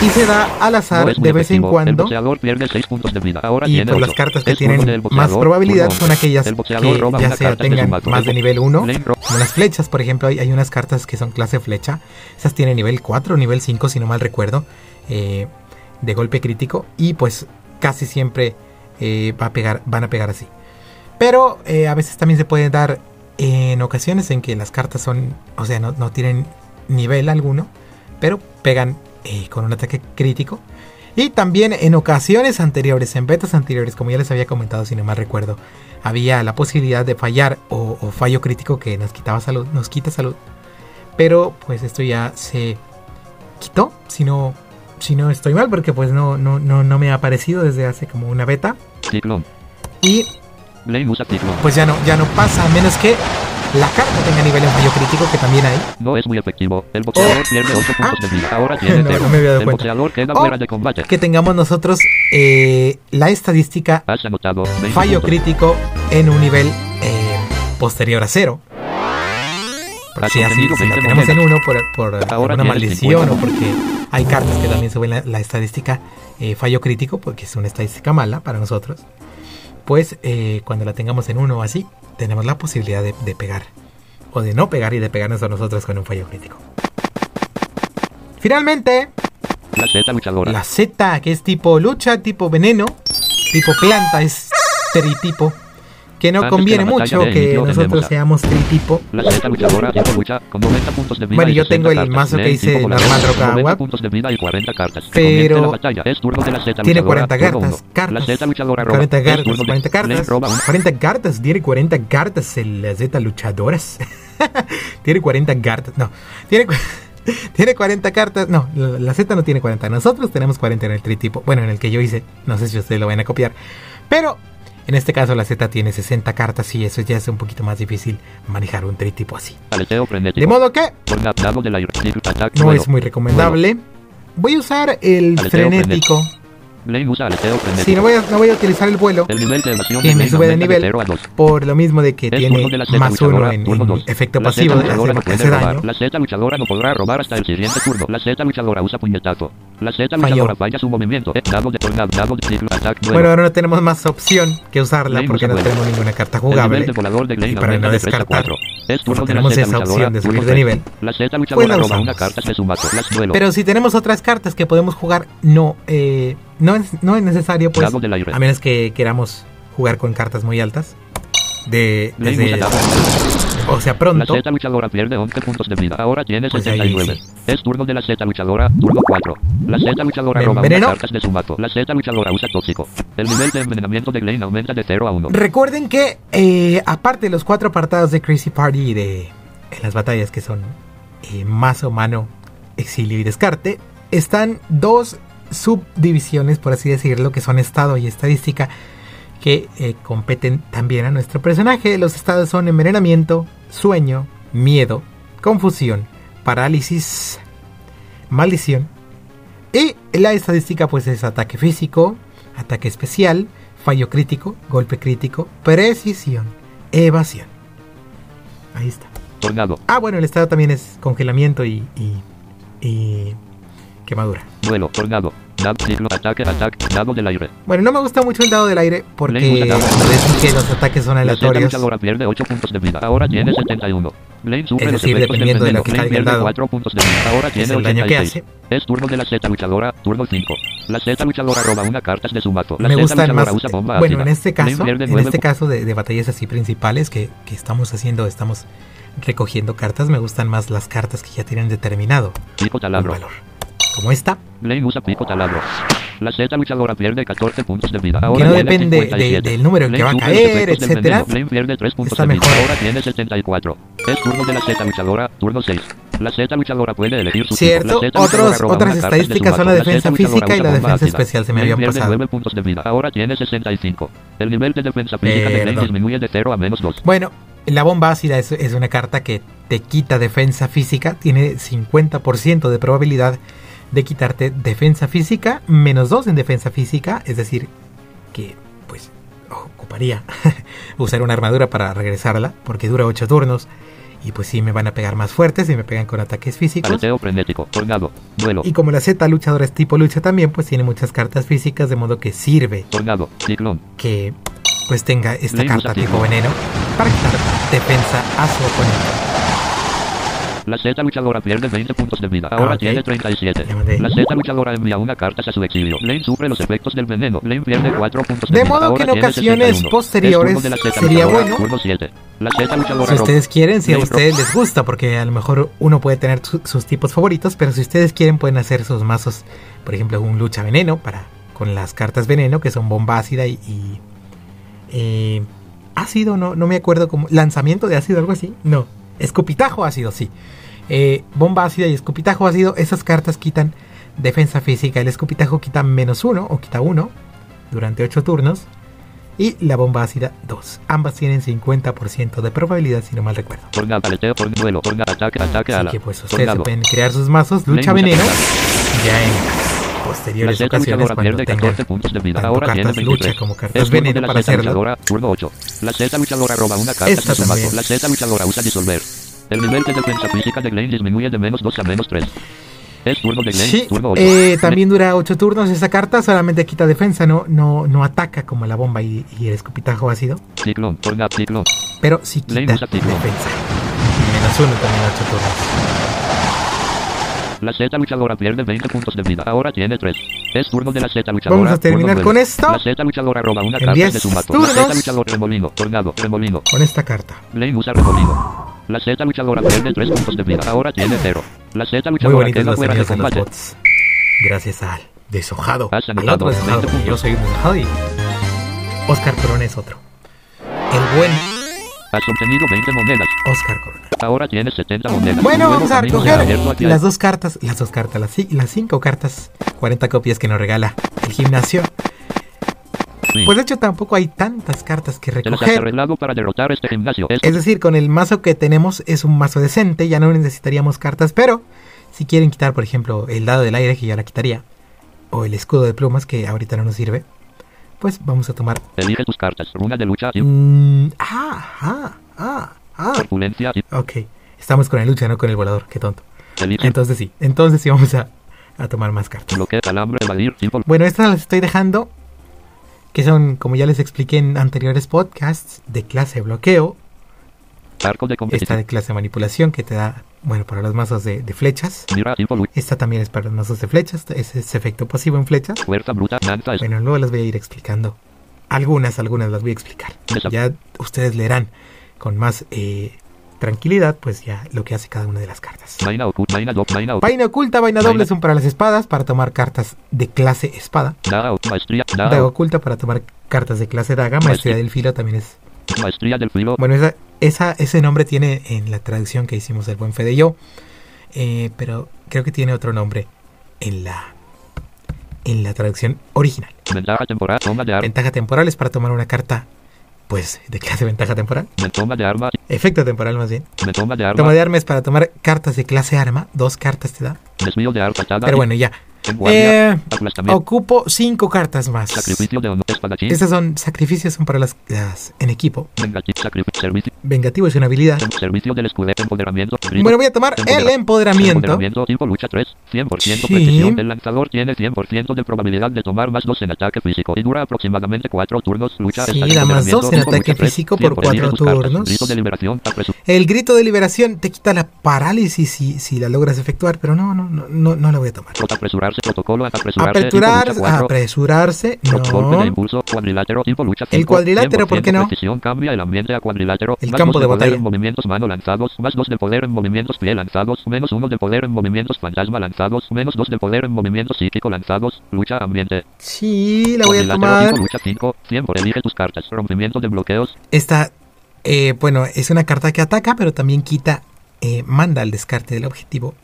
Speaker 1: Y se da al azar
Speaker 3: No es muy
Speaker 1: de vez en
Speaker 3: efectivo. El
Speaker 1: cuando.
Speaker 3: boxeador pierde 6 puntos de vida. Ahora
Speaker 1: Y
Speaker 3: tiene
Speaker 1: por las
Speaker 3: ocho.
Speaker 1: cartas que
Speaker 3: El turno del
Speaker 1: tienen más
Speaker 3: boxeador,
Speaker 1: probabilidad
Speaker 3: turno
Speaker 1: son aquellas
Speaker 3: El boxeador
Speaker 1: que
Speaker 3: roba
Speaker 1: ya
Speaker 3: una
Speaker 1: sea
Speaker 3: carta este de
Speaker 1: tengan
Speaker 3: su mazo.
Speaker 1: más de
Speaker 3: El bo-
Speaker 1: nivel 1.
Speaker 3: Blaine ro-
Speaker 1: Como las flechas, por ejemplo, hay, hay unas cartas que son clase flecha. Esas tienen nivel 4, nivel 5, si no mal recuerdo, eh, de golpe crítico. Y pues casi siempre eh, va a pegar, van a pegar así. Pero eh, a veces también se puede dar en ocasiones en que las cartas son, o sea, no, no tienen nivel alguno, pero pegan eh, con un ataque crítico. Y también en ocasiones anteriores, en betas anteriores, como ya les había comentado, si no mal recuerdo, había la posibilidad de fallar o, o fallo crítico que nos quitaba salud, nos quita salud. Pero pues esto ya se quitó, si no, si no estoy mal, porque pues no, no, no, no me ha aparecido desde hace como una beta.
Speaker 3: Ciclón.
Speaker 1: Y
Speaker 3: Blaine usa ciclón.
Speaker 1: pues ya no, ya no pasa, a menos que la carta tenga nivel de fallo crítico, que también hay.
Speaker 3: No es muy efectivo. El boxeador pierde 8 puntos de vida. Ahora tiene
Speaker 1: Oh. No,
Speaker 3: cero.
Speaker 1: no me había dado
Speaker 3: el
Speaker 1: cuenta.
Speaker 3: boxeador queda
Speaker 1: Oh.
Speaker 3: fuera de combate.
Speaker 1: Que tengamos nosotros eh, la estadística
Speaker 3: Has anotado 20
Speaker 1: fallo
Speaker 3: puntos.
Speaker 1: crítico en un nivel eh, posterior a cero. Porque
Speaker 3: Has
Speaker 1: si así
Speaker 3: obtenido
Speaker 1: si lo
Speaker 3: 20
Speaker 1: tenemos en
Speaker 3: monedas.
Speaker 1: uno por, por
Speaker 3: Ahora
Speaker 1: alguna
Speaker 3: tienes
Speaker 1: maldición
Speaker 3: 50.
Speaker 1: o porque hay cartas que también suben la, la estadística eh, fallo crítico, porque es una estadística mala para nosotros, pues eh, cuando la tengamos en uno o así, tenemos la posibilidad de, de pegar o de no pegar y de pegarnos a nosotros con un fallo crítico. Finalmente,
Speaker 3: La Z luchadora.
Speaker 1: la Z, que es tipo lucha, tipo veneno, tipo planta, es tritipo. Que no
Speaker 3: Antes
Speaker 1: conviene
Speaker 3: que la batalla
Speaker 1: mucho
Speaker 3: de
Speaker 1: que
Speaker 3: inicio,
Speaker 1: nosotros
Speaker 3: vendemos la-
Speaker 1: seamos tritipo.
Speaker 3: La Z luchadora tipo lucha con 90 puntos de vida.
Speaker 1: Bueno,
Speaker 3: y
Speaker 1: yo
Speaker 3: 60
Speaker 1: tengo el
Speaker 3: cartas.
Speaker 1: mazo que
Speaker 3: Lee
Speaker 1: hice
Speaker 3: tipo volador,
Speaker 1: normal, roca,
Speaker 3: 90
Speaker 1: guap.
Speaker 3: puntos de vida y 40 cartas. Que
Speaker 1: Pero
Speaker 3: comience la batalla. Es turno de la Z
Speaker 1: Tiene
Speaker 3: luchadora,
Speaker 1: 40
Speaker 3: turno
Speaker 1: cartas,
Speaker 3: uno.
Speaker 1: cartas.
Speaker 3: La Z luchadora roba.
Speaker 1: 40
Speaker 3: Es
Speaker 1: cartas,
Speaker 3: turno de-
Speaker 1: 40
Speaker 3: Lee
Speaker 1: cartas.
Speaker 3: roba un-
Speaker 1: 40 cartas, tiene 40 cartas el- la Z luchadoras. tiene 40 cartas, no. Tiene, cu- tiene 40 cartas, no, la la Z no tiene 40. Nosotros tenemos 40 en el tritipo. Bueno, en el que yo hice, no sé si ustedes lo van a copiar. Pero en este caso la Z tiene 60 cartas y eso ya es un poquito más difícil manejar un tritipo así.
Speaker 3: Aleteo
Speaker 1: De
Speaker 3: frenético.
Speaker 1: modo que
Speaker 3: Tornado dado del aire. Tic, tac,
Speaker 1: no
Speaker 3: vuelo.
Speaker 1: es muy recomendable. Voy a usar el
Speaker 3: Aleteo
Speaker 1: frenético.
Speaker 3: Blaine usa aleteo frenético.
Speaker 1: Sí, no voy a, no voy a utilizar el vuelo.
Speaker 3: El nivel de evasión
Speaker 1: Que me
Speaker 3: Blaine
Speaker 1: sube de
Speaker 3: aumenta
Speaker 1: nivel.
Speaker 3: 0 a 2.
Speaker 1: Por lo mismo de que
Speaker 3: Es
Speaker 1: tiene
Speaker 3: turno de la Z
Speaker 1: más uno
Speaker 3: luchadora,
Speaker 1: en,
Speaker 3: turno
Speaker 1: en
Speaker 3: dos.
Speaker 1: efecto
Speaker 3: La
Speaker 1: pasivo
Speaker 3: Z
Speaker 1: de
Speaker 3: luchadora no
Speaker 1: hacer,
Speaker 3: puede
Speaker 1: hace
Speaker 3: robar.
Speaker 1: daño.
Speaker 3: La Z luchadora no podrá robar hasta el siguiente turno. La Z luchadora usa puñetazo. La Z luchadora
Speaker 1: Falló.
Speaker 3: falla su movimiento. Eh, Dado de tornado, dado de triple attack. duelo.
Speaker 1: Bueno, ahora no tenemos más opción que usarla
Speaker 3: Blaine
Speaker 1: porque
Speaker 3: usa
Speaker 1: no
Speaker 3: vuelo.
Speaker 1: tenemos ninguna carta
Speaker 3: El nivel
Speaker 1: jugable.
Speaker 3: de volador de Blaine
Speaker 1: Y para
Speaker 3: aumenta
Speaker 1: no
Speaker 3: de tres a
Speaker 1: descartar,
Speaker 3: cuatro. Es turno
Speaker 1: no
Speaker 3: de la
Speaker 1: tenemos
Speaker 3: Z
Speaker 1: esa
Speaker 3: luchadora,
Speaker 1: opción de
Speaker 3: turno
Speaker 1: subir de
Speaker 3: tres.
Speaker 1: nivel.
Speaker 3: La Z luchadora
Speaker 1: la
Speaker 3: roba una
Speaker 1: usamos.
Speaker 3: carta de su mazo. Las duelo.
Speaker 1: Pero si tenemos otras cartas que podemos jugar, no, eh, no, es, no es necesario, pues,
Speaker 3: Dado del aire.
Speaker 1: a menos que queramos jugar con cartas muy altas. De,
Speaker 3: Blaine
Speaker 1: desde-
Speaker 3: usa dado de tres.
Speaker 1: o sea,
Speaker 3: La
Speaker 1: pronto.
Speaker 3: Z luchadora pierde 11 puntos de vida. Ahora tiene
Speaker 1: Pues ahí
Speaker 3: 69.
Speaker 1: sí.
Speaker 3: Es turno de la Z luchadora, turno 4. La Z luchadora
Speaker 1: ¿Me
Speaker 3: roba una
Speaker 1: envenenó?
Speaker 3: carta de su mazo. La Z luchadora usa tóxico. El nivel de envenenamiento de Blaine aumenta de 0 a 1.
Speaker 1: Recuerden que, eh, aparte de los cuatro apartados de Crazy Party y de en las batallas que son eh, mazo, mano, exilio y descarte, están dos subdivisiones, por así decirlo, que son estado y estadística, que eh, competen también a nuestro personaje. Los estados son envenenamiento, sueño, miedo, confusión, parálisis, maldición. Y la estadística pues es ataque físico, ataque especial, fallo crítico, golpe crítico, precisión, evasión. Ahí está.
Speaker 3: Tornado,
Speaker 1: Ah, bueno, el estado también es congelamiento y, y, y quemadura.
Speaker 3: duelo, tornado. Dab, ciclo, ataque, ataque, dado del aire.
Speaker 1: Bueno, no me gusta mucho el dado del aire porque
Speaker 3: Blaine usa dado.
Speaker 1: es que los ataques son
Speaker 3: La Z
Speaker 1: aleatorios.
Speaker 3: luchadora pierde 8 puntos de vida. Ahora tiene 71. Blaine sufre
Speaker 1: Es
Speaker 3: los
Speaker 1: decir,
Speaker 3: efectos
Speaker 1: dependiendo de
Speaker 3: veneno.
Speaker 1: lo que
Speaker 3: Blaine
Speaker 1: caiga el
Speaker 3: pierde
Speaker 1: dado.
Speaker 3: 4 puntos de vida. Ahora
Speaker 1: Es
Speaker 3: tiene
Speaker 1: el daño que
Speaker 3: 86.
Speaker 1: hace.
Speaker 3: Es turno de la Z luchadora, turno 5. La Z luchadora roba una carta de su mazo. La
Speaker 1: me
Speaker 3: Z
Speaker 1: gustan
Speaker 3: luchadora
Speaker 1: más.
Speaker 3: usa bomba
Speaker 1: Bueno,
Speaker 3: ácida.
Speaker 1: en este
Speaker 3: Blaine
Speaker 1: caso,
Speaker 3: pierde
Speaker 1: en
Speaker 3: nueve
Speaker 1: este
Speaker 3: pu-
Speaker 1: caso de, de batallas así principales que, que estamos haciendo, estamos recogiendo cartas, me gustan más las cartas que ya tienen determinado
Speaker 3: Pico
Speaker 1: un
Speaker 3: taladro.
Speaker 1: valor. Como esta,
Speaker 3: Blaine usa pico taladro. La Z luchadora pierde 14 puntos de vida.
Speaker 1: que
Speaker 3: Ahora
Speaker 1: no
Speaker 3: tiene
Speaker 1: depende de-
Speaker 3: 57.
Speaker 1: del número en que
Speaker 3: Blaine
Speaker 1: va a
Speaker 3: sufre los
Speaker 1: caer,
Speaker 3: efectos del veneno.
Speaker 1: etcétera.
Speaker 3: Blaine pierde 3 puntos
Speaker 1: Está
Speaker 3: de vida.
Speaker 1: mejor.
Speaker 3: Ahora tiene 74. Es turno de la Z luchadora, turno 6. La Z luchadora puede elegir su
Speaker 1: Cierto,
Speaker 3: tipo. La Z
Speaker 1: otros-
Speaker 3: luchadora roba
Speaker 1: otras
Speaker 3: una carta de su
Speaker 1: estadísticas
Speaker 3: mazo.
Speaker 1: son la
Speaker 3: Z
Speaker 1: defensa
Speaker 3: luchadora
Speaker 1: física y
Speaker 3: usa
Speaker 1: la
Speaker 3: bomba
Speaker 1: defensa
Speaker 3: ácida.
Speaker 1: especial, se me
Speaker 3: Blaine
Speaker 1: habían
Speaker 3: pierde
Speaker 1: pasado.
Speaker 3: 9 puntos de vida. Ahora tiene 65. El nivel de defensa física de Blaine
Speaker 1: Perdón.
Speaker 3: disminuye de 0 a menos 2.
Speaker 1: Bueno, La bomba ácida es, es una carta que te quita defensa física, tiene 50% de probabilidad de quitarte defensa física, menos 2 en defensa física, es decir, que pues ocuparía usar una armadura para regresarla, porque dura 8 turnos. Y pues sí, me van a pegar más fuertes si me pegan con ataques físicos.
Speaker 3: Aleteo frenético, tornado, duelo,
Speaker 1: Y como la Z luchadora es tipo lucha también, pues tiene muchas cartas físicas, de modo que sirve
Speaker 3: tornado, ciclón,
Speaker 1: que pues tenga esta
Speaker 3: Leí
Speaker 1: carta
Speaker 3: mucha
Speaker 1: tipo
Speaker 3: tierra.
Speaker 1: veneno para quitar defensa a su oponente.
Speaker 3: La Z luchadora pierde 20 puntos de vida. Ahora
Speaker 1: Ah, ok.
Speaker 3: tiene 37.
Speaker 1: Le mandé.
Speaker 3: La Z luchadora envía una carta a su exilio. Lane sufre los efectos del veneno. Lane pierde 4 puntos de,
Speaker 1: De
Speaker 3: vida.
Speaker 1: modo
Speaker 3: Ahora
Speaker 1: que en
Speaker 3: tiene
Speaker 1: ocasiones
Speaker 3: 61.
Speaker 1: posteriores
Speaker 3: Es turno de la Zeta
Speaker 1: sería
Speaker 3: luchadora,
Speaker 1: bueno-
Speaker 3: turno 7. La Z luchadora
Speaker 1: Si
Speaker 3: roja.
Speaker 1: ustedes quieren, si a
Speaker 3: Negro.
Speaker 1: ustedes les gusta, porque a lo mejor uno puede tener su- sus tipos favoritos, pero si ustedes quieren pueden hacer sus mazos, por ejemplo, un lucha veneno para con las cartas veneno que son bomba ácida y, y, eh, ácido, no, no me acuerdo como lanzamiento de ácido, algo así, no, escupitajo ácido, sí, Eh, bomba ácida y escupitajo ácido, esas cartas quitan defensa física, el escupitajo quita menos uno o quita uno durante 8 turnos y la bomba ácida 2. Ambas tienen 50% de probabilidad, si no mal recuerdo.
Speaker 3: Tornado, aleteo, tornado, duelo, tornado, ataque, ataque a
Speaker 1: Así
Speaker 3: la.
Speaker 1: que pues ustedes
Speaker 3: Tornado.
Speaker 1: pueden crear sus mazos, lucha
Speaker 3: Lane
Speaker 1: veneno,
Speaker 3: luchadora.
Speaker 1: ya en
Speaker 3: La
Speaker 1: posteriores
Speaker 3: Z
Speaker 1: ocasiones
Speaker 3: luchadora
Speaker 1: cuando
Speaker 3: pierde
Speaker 1: tengan
Speaker 3: 14 puntos de vida.
Speaker 1: tanto
Speaker 3: Ahora tiene
Speaker 1: cartas lucha
Speaker 3: 23.
Speaker 1: como cartas
Speaker 3: Es turno de
Speaker 1: veneno
Speaker 3: la
Speaker 1: para
Speaker 3: Zeta
Speaker 1: hacerlo.
Speaker 3: luchadora, turno 8. La Z luchadora roba una carta
Speaker 1: Esta
Speaker 3: de su mazo.
Speaker 1: también.
Speaker 3: La Z luchadora usa disolver. El nivel de defensa física de Lane disminuye de menos 2 a menos 3. Es turno de Lane,
Speaker 1: Sí,
Speaker 3: turno 8.
Speaker 1: eh, también dura 8 turnos esa carta, solamente quita defensa, no, no, no ataca como la bomba y, y el escupitajo ácido,
Speaker 3: Ciclón, tornado, ciclón.
Speaker 1: pero sí quita
Speaker 3: Lane usa ciclo.
Speaker 1: defensa. Y Menos uno también a 8 turnos.
Speaker 3: La Z luchadora pierde 20 puntos de vida. Ahora tiene 3. Es turno de la Z luchadora.
Speaker 1: Vamos a terminar
Speaker 3: turno
Speaker 1: con
Speaker 3: nueve.
Speaker 1: esto.
Speaker 3: La Z luchadora roba una
Speaker 1: En
Speaker 3: carta
Speaker 1: diez
Speaker 3: de su mato. La Z
Speaker 1: turnos.
Speaker 3: luchadora remolino. Tornado. Remolino.
Speaker 1: Con esta carta.
Speaker 3: Lane usa remolino. La Z luchadora pierde 3 puntos de vida. Ahora tiene 0. La Z
Speaker 1: Muy
Speaker 3: luchadora
Speaker 1: bonitos
Speaker 3: queda
Speaker 1: los
Speaker 3: fuera de
Speaker 1: sonidos de los
Speaker 3: combate.
Speaker 1: bots. Gracias al deshojado.
Speaker 3: Has
Speaker 1: Al
Speaker 3: anotado
Speaker 1: otro deshojado.
Speaker 3: 20
Speaker 1: porque Yo
Speaker 3: puntos.
Speaker 1: soy un deshojado y. Oscar Corona es otro. El buen
Speaker 3: Has obtenido 20 monedas.
Speaker 1: Oscar Corona.
Speaker 3: Ahora tiene 70 monedas.
Speaker 1: Bueno,
Speaker 3: Nuevo
Speaker 1: vamos a
Speaker 3: camino se ha abierto
Speaker 1: recoger
Speaker 3: hacia
Speaker 1: las dos cartas. Las dos cartas, las, ci- las cinco cartas. 40 copias que nos regala el gimnasio.
Speaker 3: el fin.
Speaker 1: Pues de hecho tampoco hay tantas cartas que
Speaker 3: Te las has
Speaker 1: recoger.
Speaker 3: arreglado para derrotar este gimnasio. Es
Speaker 1: Es decir, con el mazo que tenemos es un mazo decente, ya no necesitaríamos cartas, pero si quieren quitar, por ejemplo, el dado del aire, que ya la quitaría, o el escudo de plumas, que ahorita no nos sirve, pues vamos a tomar...
Speaker 3: Elige tus cartas. Runa de lucha. Y
Speaker 1: Mm, ah, ah, ah, ah.
Speaker 3: corpulencia. Y
Speaker 1: Ok, estamos con el lucha, no con el volador, qué tonto.
Speaker 3: elige.
Speaker 1: Entonces sí, entonces sí vamos a, a tomar más cartas.
Speaker 3: Bloquea calambre. Evadir. Tipo.
Speaker 1: Bueno, estas las estoy dejando, que son, como ya les expliqué en anteriores podcasts, de clase bloqueo,
Speaker 3: Arco de
Speaker 1: Esta
Speaker 3: competición.
Speaker 1: de clase de manipulación que te da, bueno, para los mazos de, de flechas.
Speaker 3: Mira. Tipo. lu-
Speaker 1: Esta también es para los mazos de flechas, es ese efecto pasivo en flechas.
Speaker 3: Fuerza bruta, lanza, es-
Speaker 1: Bueno, luego las voy a ir explicando. Algunas, algunas las voy a explicar.
Speaker 3: Esa.
Speaker 1: Ya ustedes leerán con más eh, tranquilidad, pues ya lo que hace cada una de las cartas.
Speaker 3: vaina oculta, vaina doc, vaina oculta,
Speaker 1: Vaina oculta, vaina doble
Speaker 3: Vaina.
Speaker 1: son para las espadas, para tomar cartas de clase espada.
Speaker 3: daga oc- maestría, daga
Speaker 1: Daga
Speaker 3: oc-
Speaker 1: oculta para tomar cartas de clase daga. Maestría
Speaker 3: Maestría.
Speaker 1: del filo también es
Speaker 3: maestría del filo,
Speaker 1: Bueno, esa, esa- ese nombre tiene en la traducción que hicimos el buen Fede y yo, eh, pero creo que tiene otro nombre en la, en la traducción original.
Speaker 3: ventaja temporal, toma de armas,
Speaker 1: Ventaja temporal es para tomar una carta, pues, de clase ventaja temporal.
Speaker 3: me toma de armas,
Speaker 1: Efecto temporal más bien.
Speaker 3: me toma de
Speaker 1: Toma
Speaker 3: armas,
Speaker 1: de arma es para tomar cartas de clase arma. Dos cartas te da.
Speaker 3: desvío de armas, patada,
Speaker 1: Pero bueno, ya.
Speaker 3: en guardia,
Speaker 1: Eh,
Speaker 3: aplastamiento,
Speaker 1: Ocupo cinco cartas más.
Speaker 3: sacrificio de honor, espadachín,
Speaker 1: Estas son sacrificios, son para las, las en equipo.
Speaker 3: vengativo, sacrificio, servicio,
Speaker 1: Vengativo es una habilidad.
Speaker 3: tem- servicio del escudero, empoderamiento, grito,
Speaker 1: Bueno, voy a tomar el empoderamiento.
Speaker 3: empoderamiento, tipo lucha 3, 100%
Speaker 1: Sí.
Speaker 3: precisión, el lanzador tiene 100% de probabilidad de tomar más 2 en ataque físico y dura aproximadamente 4 turnos, lucha,
Speaker 1: Sí,
Speaker 3: estado,
Speaker 1: da más
Speaker 3: empoderamiento,
Speaker 1: dos en
Speaker 3: tipo
Speaker 1: ataque
Speaker 3: lucha tres,
Speaker 1: físico por
Speaker 3: tiempo, elige
Speaker 1: cuatro
Speaker 3: tus cartas,
Speaker 1: turnos.
Speaker 3: grito de liberación, apresu-
Speaker 1: El grito de liberación te quita la parálisis si, si la logras efectuar, pero no, no, no, no, no la voy a tomar.
Speaker 3: Apresurarse, protocolo, apresurarse.
Speaker 1: Aperturar,
Speaker 3: tipo lucha cuatro,
Speaker 1: apresurarse,
Speaker 3: Golpe de
Speaker 1: no.
Speaker 3: impulso, cuadrilátero, tipo lucha
Speaker 1: El
Speaker 3: cinco,
Speaker 1: cuadrilátero, ¿por qué
Speaker 3: 100%
Speaker 1: no?
Speaker 3: precisión, cambia el ambiente a cuadrilátero.
Speaker 1: El
Speaker 3: más
Speaker 1: campo
Speaker 3: dos
Speaker 1: de
Speaker 3: poder
Speaker 1: batalla.
Speaker 3: en movimientos mano lanzados, más dos de poder en movimientos pie lanzados, menos uno de poder en movimientos fantasma lanzados, menos dos de poder en movimientos psíquico lanzados, lucha ambiente.
Speaker 1: Sí, la voy a
Speaker 3: cuadrilátero,
Speaker 1: tomar.
Speaker 3: tipo lucha 5, tiempo, elige tus cartas, rompimiento de bloqueos,
Speaker 1: Esta, eh, bueno, es una carta que ataca, pero también quita, eh, manda al descarte del objetivo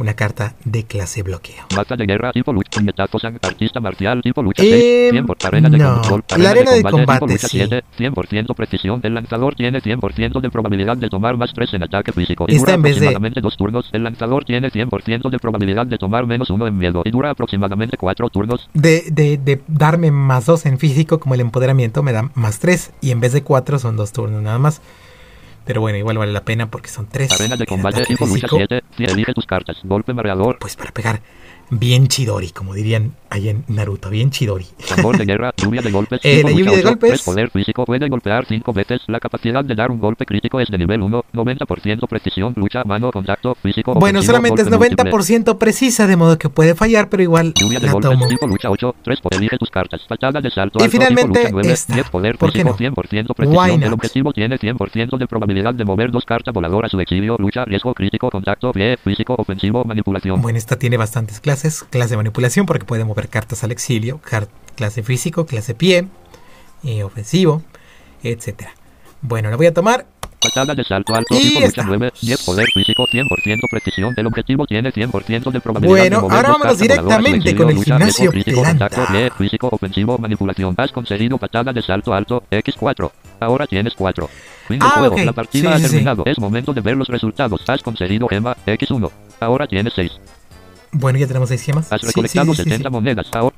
Speaker 1: una carta de clase bloqueo.
Speaker 3: Marca de guerra tipo lucha. Metaco San. Artista marcial tipo lucha.
Speaker 1: Eh,
Speaker 3: 6. 100% arena de
Speaker 1: no.
Speaker 3: control.
Speaker 1: La
Speaker 3: Arena
Speaker 1: arena de
Speaker 3: tipo
Speaker 1: combate,
Speaker 3: lucha
Speaker 1: sí.
Speaker 3: 7. 100% precisión. El lanzador tiene 100% de probabilidad de tomar más 3 en ataque físico. Y
Speaker 1: Esta
Speaker 3: dura
Speaker 1: en vez de-
Speaker 3: aproximadamente 2 turnos. El lanzador tiene 100% de probabilidad de tomar menos 1 en miedo. Y dura aproximadamente 4 turnos.
Speaker 1: De, de- de darme más dos en físico, como el empoderamiento me da más tres. Y en vez de cuatro son dos turnos nada más. Pero bueno, igual vale la pena porque son tres.
Speaker 3: Arena de
Speaker 1: en
Speaker 3: combate
Speaker 1: ataque
Speaker 3: tipo lucha
Speaker 1: físico,
Speaker 3: 7. Sí, Elige tus cartas. Golpe mareador.
Speaker 1: Pues para pegar bien chidori, como dirían ahí en Naruto, bien chidori.
Speaker 3: Tambor de guerra, lluvia de golpes.
Speaker 1: Eh,
Speaker 3: tipo
Speaker 1: la lluvia de
Speaker 3: lucha ocho,
Speaker 1: golpes.
Speaker 3: tres poder físico puede golpear 5 veces. La capacidad de dar un golpe crítico es de nivel 1, 90% precisión, lucha, mano, contacto, físico.
Speaker 1: Bueno,
Speaker 3: ofensivo,
Speaker 1: solamente es
Speaker 3: Oh, golpe múltiple.
Speaker 1: 90% precisa, de modo que puede fallar, pero igual
Speaker 3: Lluvia de
Speaker 1: la
Speaker 3: golpes,
Speaker 1: tomo.
Speaker 3: tipo lucha 8, 3 poder, elige tus cartas. Patada de salto
Speaker 1: Y
Speaker 3: alto,
Speaker 1: finalmente
Speaker 3: tipo lucha 9,
Speaker 1: esta.
Speaker 3: 10 poder
Speaker 1: ¿Por qué
Speaker 3: físico,
Speaker 1: no?
Speaker 3: 100%
Speaker 1: Why
Speaker 3: precisión.
Speaker 1: not?
Speaker 3: El objetivo tiene 100% de probabilidad de mover dos cartas voladoras su exilio, lucha, riesgo crítico, contacto, pie, físico, ofensivo, manipulación.
Speaker 1: Bueno, esta tiene bastantes clases. Clase de manipulación porque puede mover cartas al exilio. car- clase físico, clase pie, eh, ofensivo, etcétera. Bueno, la voy a tomar.
Speaker 3: Patada de salto alto,
Speaker 1: Y
Speaker 3: tipo lucha
Speaker 1: estamos.
Speaker 3: 9, 10 poder físico, 100% precisión. El objetivo tiene 100% de probabilidad
Speaker 1: Bueno,
Speaker 3: de mover
Speaker 1: ahora
Speaker 3: dos
Speaker 1: vámonos
Speaker 3: cartas voladoras,
Speaker 1: directamente
Speaker 3: suicidio,
Speaker 1: con el
Speaker 3: lucha,
Speaker 1: gimnasio
Speaker 3: riesgo crítico,
Speaker 1: planta.
Speaker 3: contacto, pie, físico, ofensivo, manipulación. Has conseguido patada de salto alto, X4. Ahora tienes 4. Fin del
Speaker 1: Ah,
Speaker 3: juego.
Speaker 1: ok.
Speaker 3: La partida
Speaker 1: Sí,
Speaker 3: ha
Speaker 1: sí, sí.
Speaker 3: terminado. Es momento de ver los resultados. Has conseguido gema, X1. Ahora tienes 6.
Speaker 1: Bueno, ya tenemos seis gemas.
Speaker 3: Has
Speaker 1: Sí, sí,
Speaker 3: recolectado
Speaker 1: sí, sí,
Speaker 3: 70
Speaker 1: sí.
Speaker 3: monedas. Ahora,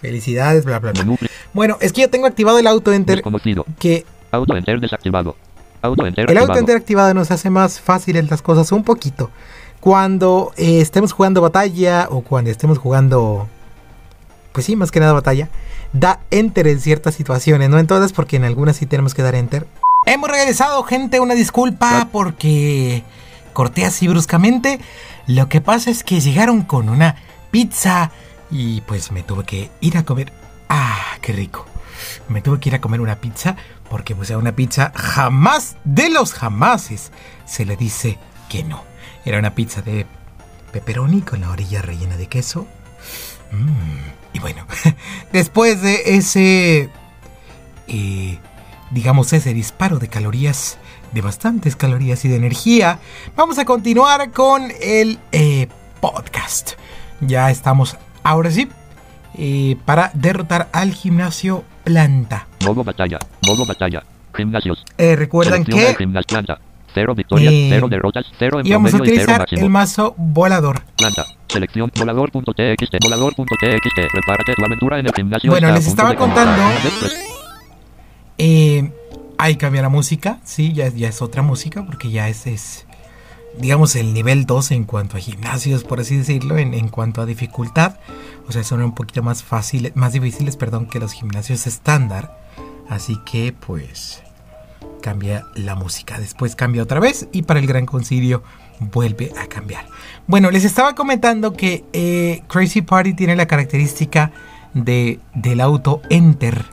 Speaker 1: Felicidades, bla, bla, bla.
Speaker 3: menú pri-
Speaker 1: Bueno, es que yo tengo activado el auto enter
Speaker 3: desconocido.
Speaker 1: que
Speaker 3: Auto enter desactivado. Auto enter
Speaker 1: El auto
Speaker 3: activado.
Speaker 1: enter activado nos hace más fáciles las cosas un poquito. Cuando eh, estemos jugando batalla o cuando estemos jugando, pues sí, más que nada batalla, da enter en ciertas situaciones, no en todas, porque en algunas sí tenemos que dar enter. Hemos regresado, gente, una disculpa porque corté así bruscamente. Lo que pasa es que llegaron con una pizza y pues me tuve que ir a comer. Ah, qué rico me tuve que ir a comer una pizza porque pues a una pizza jamás de los jamases se le dice que no. Era una pizza de pepperoni con la orilla rellena de queso. Mm, Y bueno, después de ese, eh, digamos, ese disparo de calorías, de bastantes calorías y de energía, vamos a continuar con el eh, podcast. Ya estamos, ahora sí, eh, para derrotar al gimnasio planta.
Speaker 3: Modo batalla. Modo batalla. Gimnasios.
Speaker 1: Eh, recuerden
Speaker 3: Selecciona el
Speaker 1: que
Speaker 3: gimnasio planta. Cero victorias,
Speaker 1: Eh,
Speaker 3: cero derrotas, cero en
Speaker 1: íbamos a
Speaker 3: promedio y cero
Speaker 1: utilizar
Speaker 3: máximo.
Speaker 1: el mazo volador.
Speaker 3: Planta. Selección volador.txt. Volador.txt. Prepárate tu aventura en el gimnasio.
Speaker 1: Bueno,
Speaker 3: está a
Speaker 1: les
Speaker 3: punto
Speaker 1: estaba
Speaker 3: de comenzar.
Speaker 1: contando-
Speaker 3: Despre-
Speaker 1: Eh, ahí cambia la música, sí, ya, es- ya es otra música porque ya es, es, digamos, el nivel 2 en cuanto a gimnasios, por así decirlo, en, en cuanto a dificultad. O sea, son un poquito más fáciles, más difíciles, perdón, que los gimnasios estándar. Así que, pues, cambia la música. Después cambia otra vez y para el gran concilio vuelve a cambiar. Bueno, les estaba comentando que eh, Crazy Party tiene la característica de, del auto enter.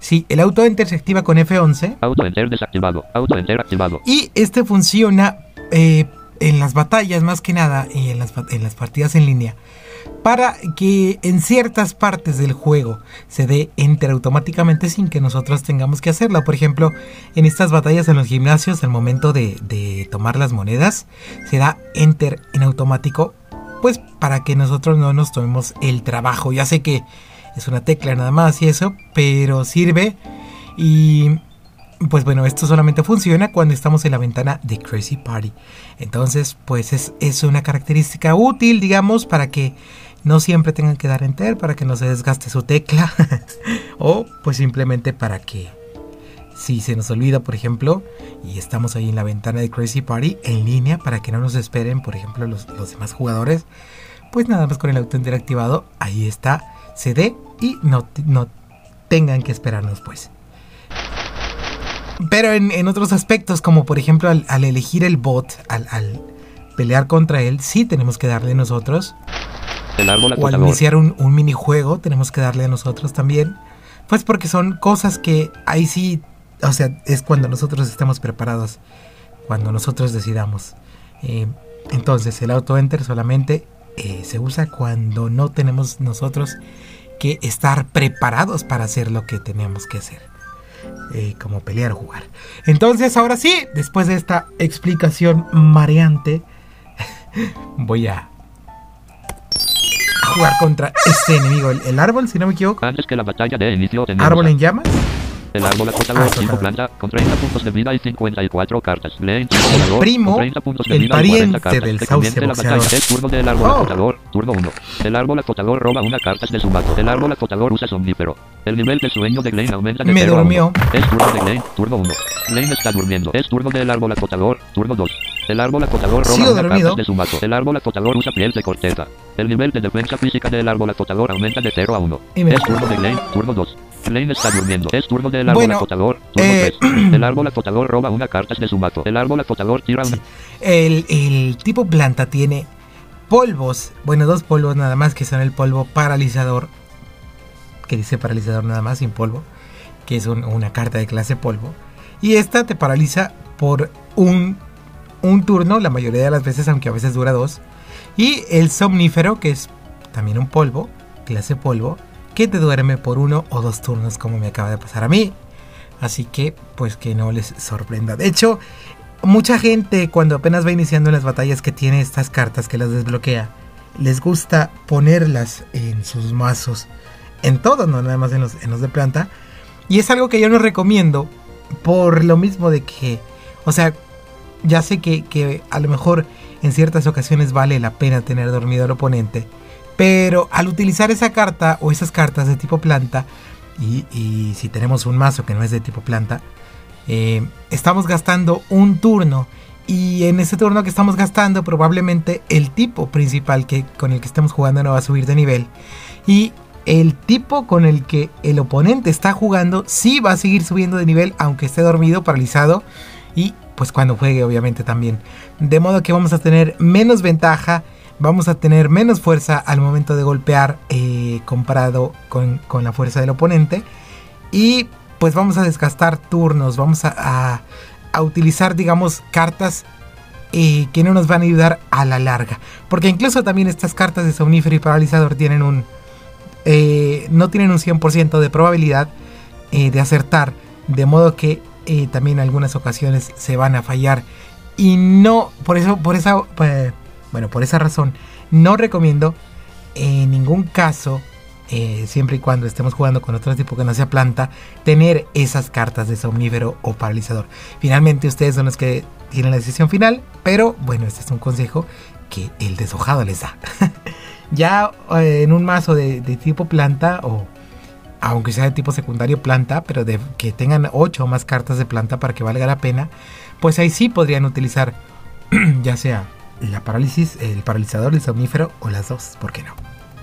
Speaker 1: Sí, el auto enter se activa con F11
Speaker 3: Auto enter desactivado. Auto enter activado.
Speaker 1: y este funciona eh, en las batallas más que nada y en las, ba- en las partidas en línea para que en ciertas partes del juego se dé enter automáticamente sin que nosotros tengamos que hacerlo. Por ejemplo, en estas batallas en los gimnasios, al momento de, de tomar las monedas, se da enter en automático, pues para que nosotros no nos tomemos el trabajo. Ya sé que es una tecla nada más y eso, pero sirve y pues bueno, esto solamente funciona cuando estamos en la ventana de Crazy Party. Entonces, pues es, es una característica útil, digamos, para que no siempre tengan que dar enter, para que no se desgaste su tecla. o pues simplemente para que si se nos olvida, por ejemplo, y estamos ahí en la ventana de Crazy Party en línea, para que no nos esperen, por ejemplo, los, los demás jugadores, pues nada más con el auto interactivado, ahí está, se dé y no, te- no tengan que esperarnos pues. Pero en, en otros aspectos, como por ejemplo al, al elegir el bot, al, al pelear contra él, sí tenemos que darle nosotros.
Speaker 3: El árbol
Speaker 1: O al
Speaker 3: acotador.
Speaker 1: iniciar un, un minijuego tenemos que darle a nosotros también. Pues porque son cosas que ahí sí, o sea, es cuando nosotros estemos preparados, cuando nosotros decidamos. Eh, entonces el auto enter solamente eh, se usa cuando no tenemos nosotros que estar preparados para hacer lo que tenemos que hacer. eh, como pelear o jugar. Entonces ahora sí, después de esta explicación mareante, voy a jugar contra este enemigo, el, el árbol, si no me equivoco.
Speaker 3: Antes que la batalla de inicio tenemos
Speaker 1: Árbol
Speaker 3: a-
Speaker 1: en llamas.
Speaker 3: el árbol
Speaker 1: Ah,
Speaker 3: acotador
Speaker 1: eso está
Speaker 3: 5
Speaker 1: bien.
Speaker 3: planta con 30 puntos de vida y 54 cartas. Blaine, acotador,
Speaker 1: primo,
Speaker 3: con 30 puntos de
Speaker 1: el
Speaker 3: vida y 40
Speaker 1: pariente del
Speaker 3: cartas. Se
Speaker 1: sauce
Speaker 3: comienza la batalla.
Speaker 1: boxeador.
Speaker 3: Es turno del árbol
Speaker 1: Oh.
Speaker 3: acotador, turno 1. El árbol acotador roba una carta de su mazo. El árbol acotador usa somnífero. El nivel de sueño de Blaine aumenta de
Speaker 1: Me
Speaker 3: 0 a
Speaker 1: durmió.
Speaker 3: 1. Es turno de Blaine, turno 1. Blaine está durmiendo. Es turno del árbol acotador, turno 2. El árbol acotador roba
Speaker 1: Sigo
Speaker 3: una
Speaker 1: dormido.
Speaker 3: carta de su mazo. El árbol acotador usa piel de corteza. El nivel de defensa física del árbol acotador aumenta de 0 a 1.
Speaker 1: Y me-
Speaker 3: Es turno de Blaine, turno 2. Blaine está durmiendo. Es turno del árbol
Speaker 1: Bueno,
Speaker 3: acotador, turno
Speaker 1: eh,
Speaker 3: 3. El árbol acotador roba una carta de su mazo. El árbol acotador tira una...
Speaker 1: El, el tipo planta tiene polvos, bueno, dos polvos nada más, que son el polvo paralizador, que dice paralizador nada más, sin polvo, que es un- una carta de clase polvo. Y esta te paraliza por un, un turno, la mayoría de las veces, aunque a veces dura dos. Y el somnífero, que es también un polvo, clase polvo, que te duerme por uno o dos turnos, como me acaba de pasar a mí. Así que, pues que no les sorprenda. De hecho, mucha gente cuando apenas va iniciando las batallas que tiene estas cartas que las desbloquea, les gusta ponerlas en sus mazos. En todos, no nada más en los, en los de planta. Y es algo que yo no recomiendo por lo mismo de que, o sea, ya sé que, que a lo mejor en ciertas ocasiones vale la pena tener dormido al oponente. Pero al utilizar esa carta o esas cartas de tipo planta, y, y si tenemos un mazo que no es de tipo planta, eh, estamos gastando un turno y en ese turno que estamos gastando probablemente el tipo principal que, con el que estamos jugando no va a subir de nivel y el tipo con el que el oponente está jugando sí va a seguir subiendo de nivel aunque esté dormido, paralizado y pues cuando juegue obviamente también. De modo que vamos a tener menos ventaja, vamos a tener menos fuerza al momento de golpear eh, comparado con, con la fuerza del oponente y pues vamos a desgastar turnos, vamos a, a- a utilizar, digamos, cartas eh, que no nos van a ayudar a la larga. Porque incluso también estas cartas de somnífero y paralizador tienen un... eh, no tienen un 100% de probabilidad eh, de acertar, de modo que eh, también en algunas ocasiones se van a fallar. Y no, por eso, por esa, eh, bueno, por esa razón, no recomiendo en ningún caso, eh, siempre y cuando estemos jugando con otro tipo que no sea planta, tener esas cartas de somnífero o paralizador. Finalmente ustedes son los que tienen la decisión final, pero bueno, este es un consejo que el deshojado les da. ya eh, en un mazo de, de tipo planta o aunque sea de tipo secundario planta, pero de que tengan 8 o más cartas de planta para que valga la pena, pues ahí sí podrían utilizar ya sea la parálisis, el paralizador, el somnífero o las dos, ¿por qué no?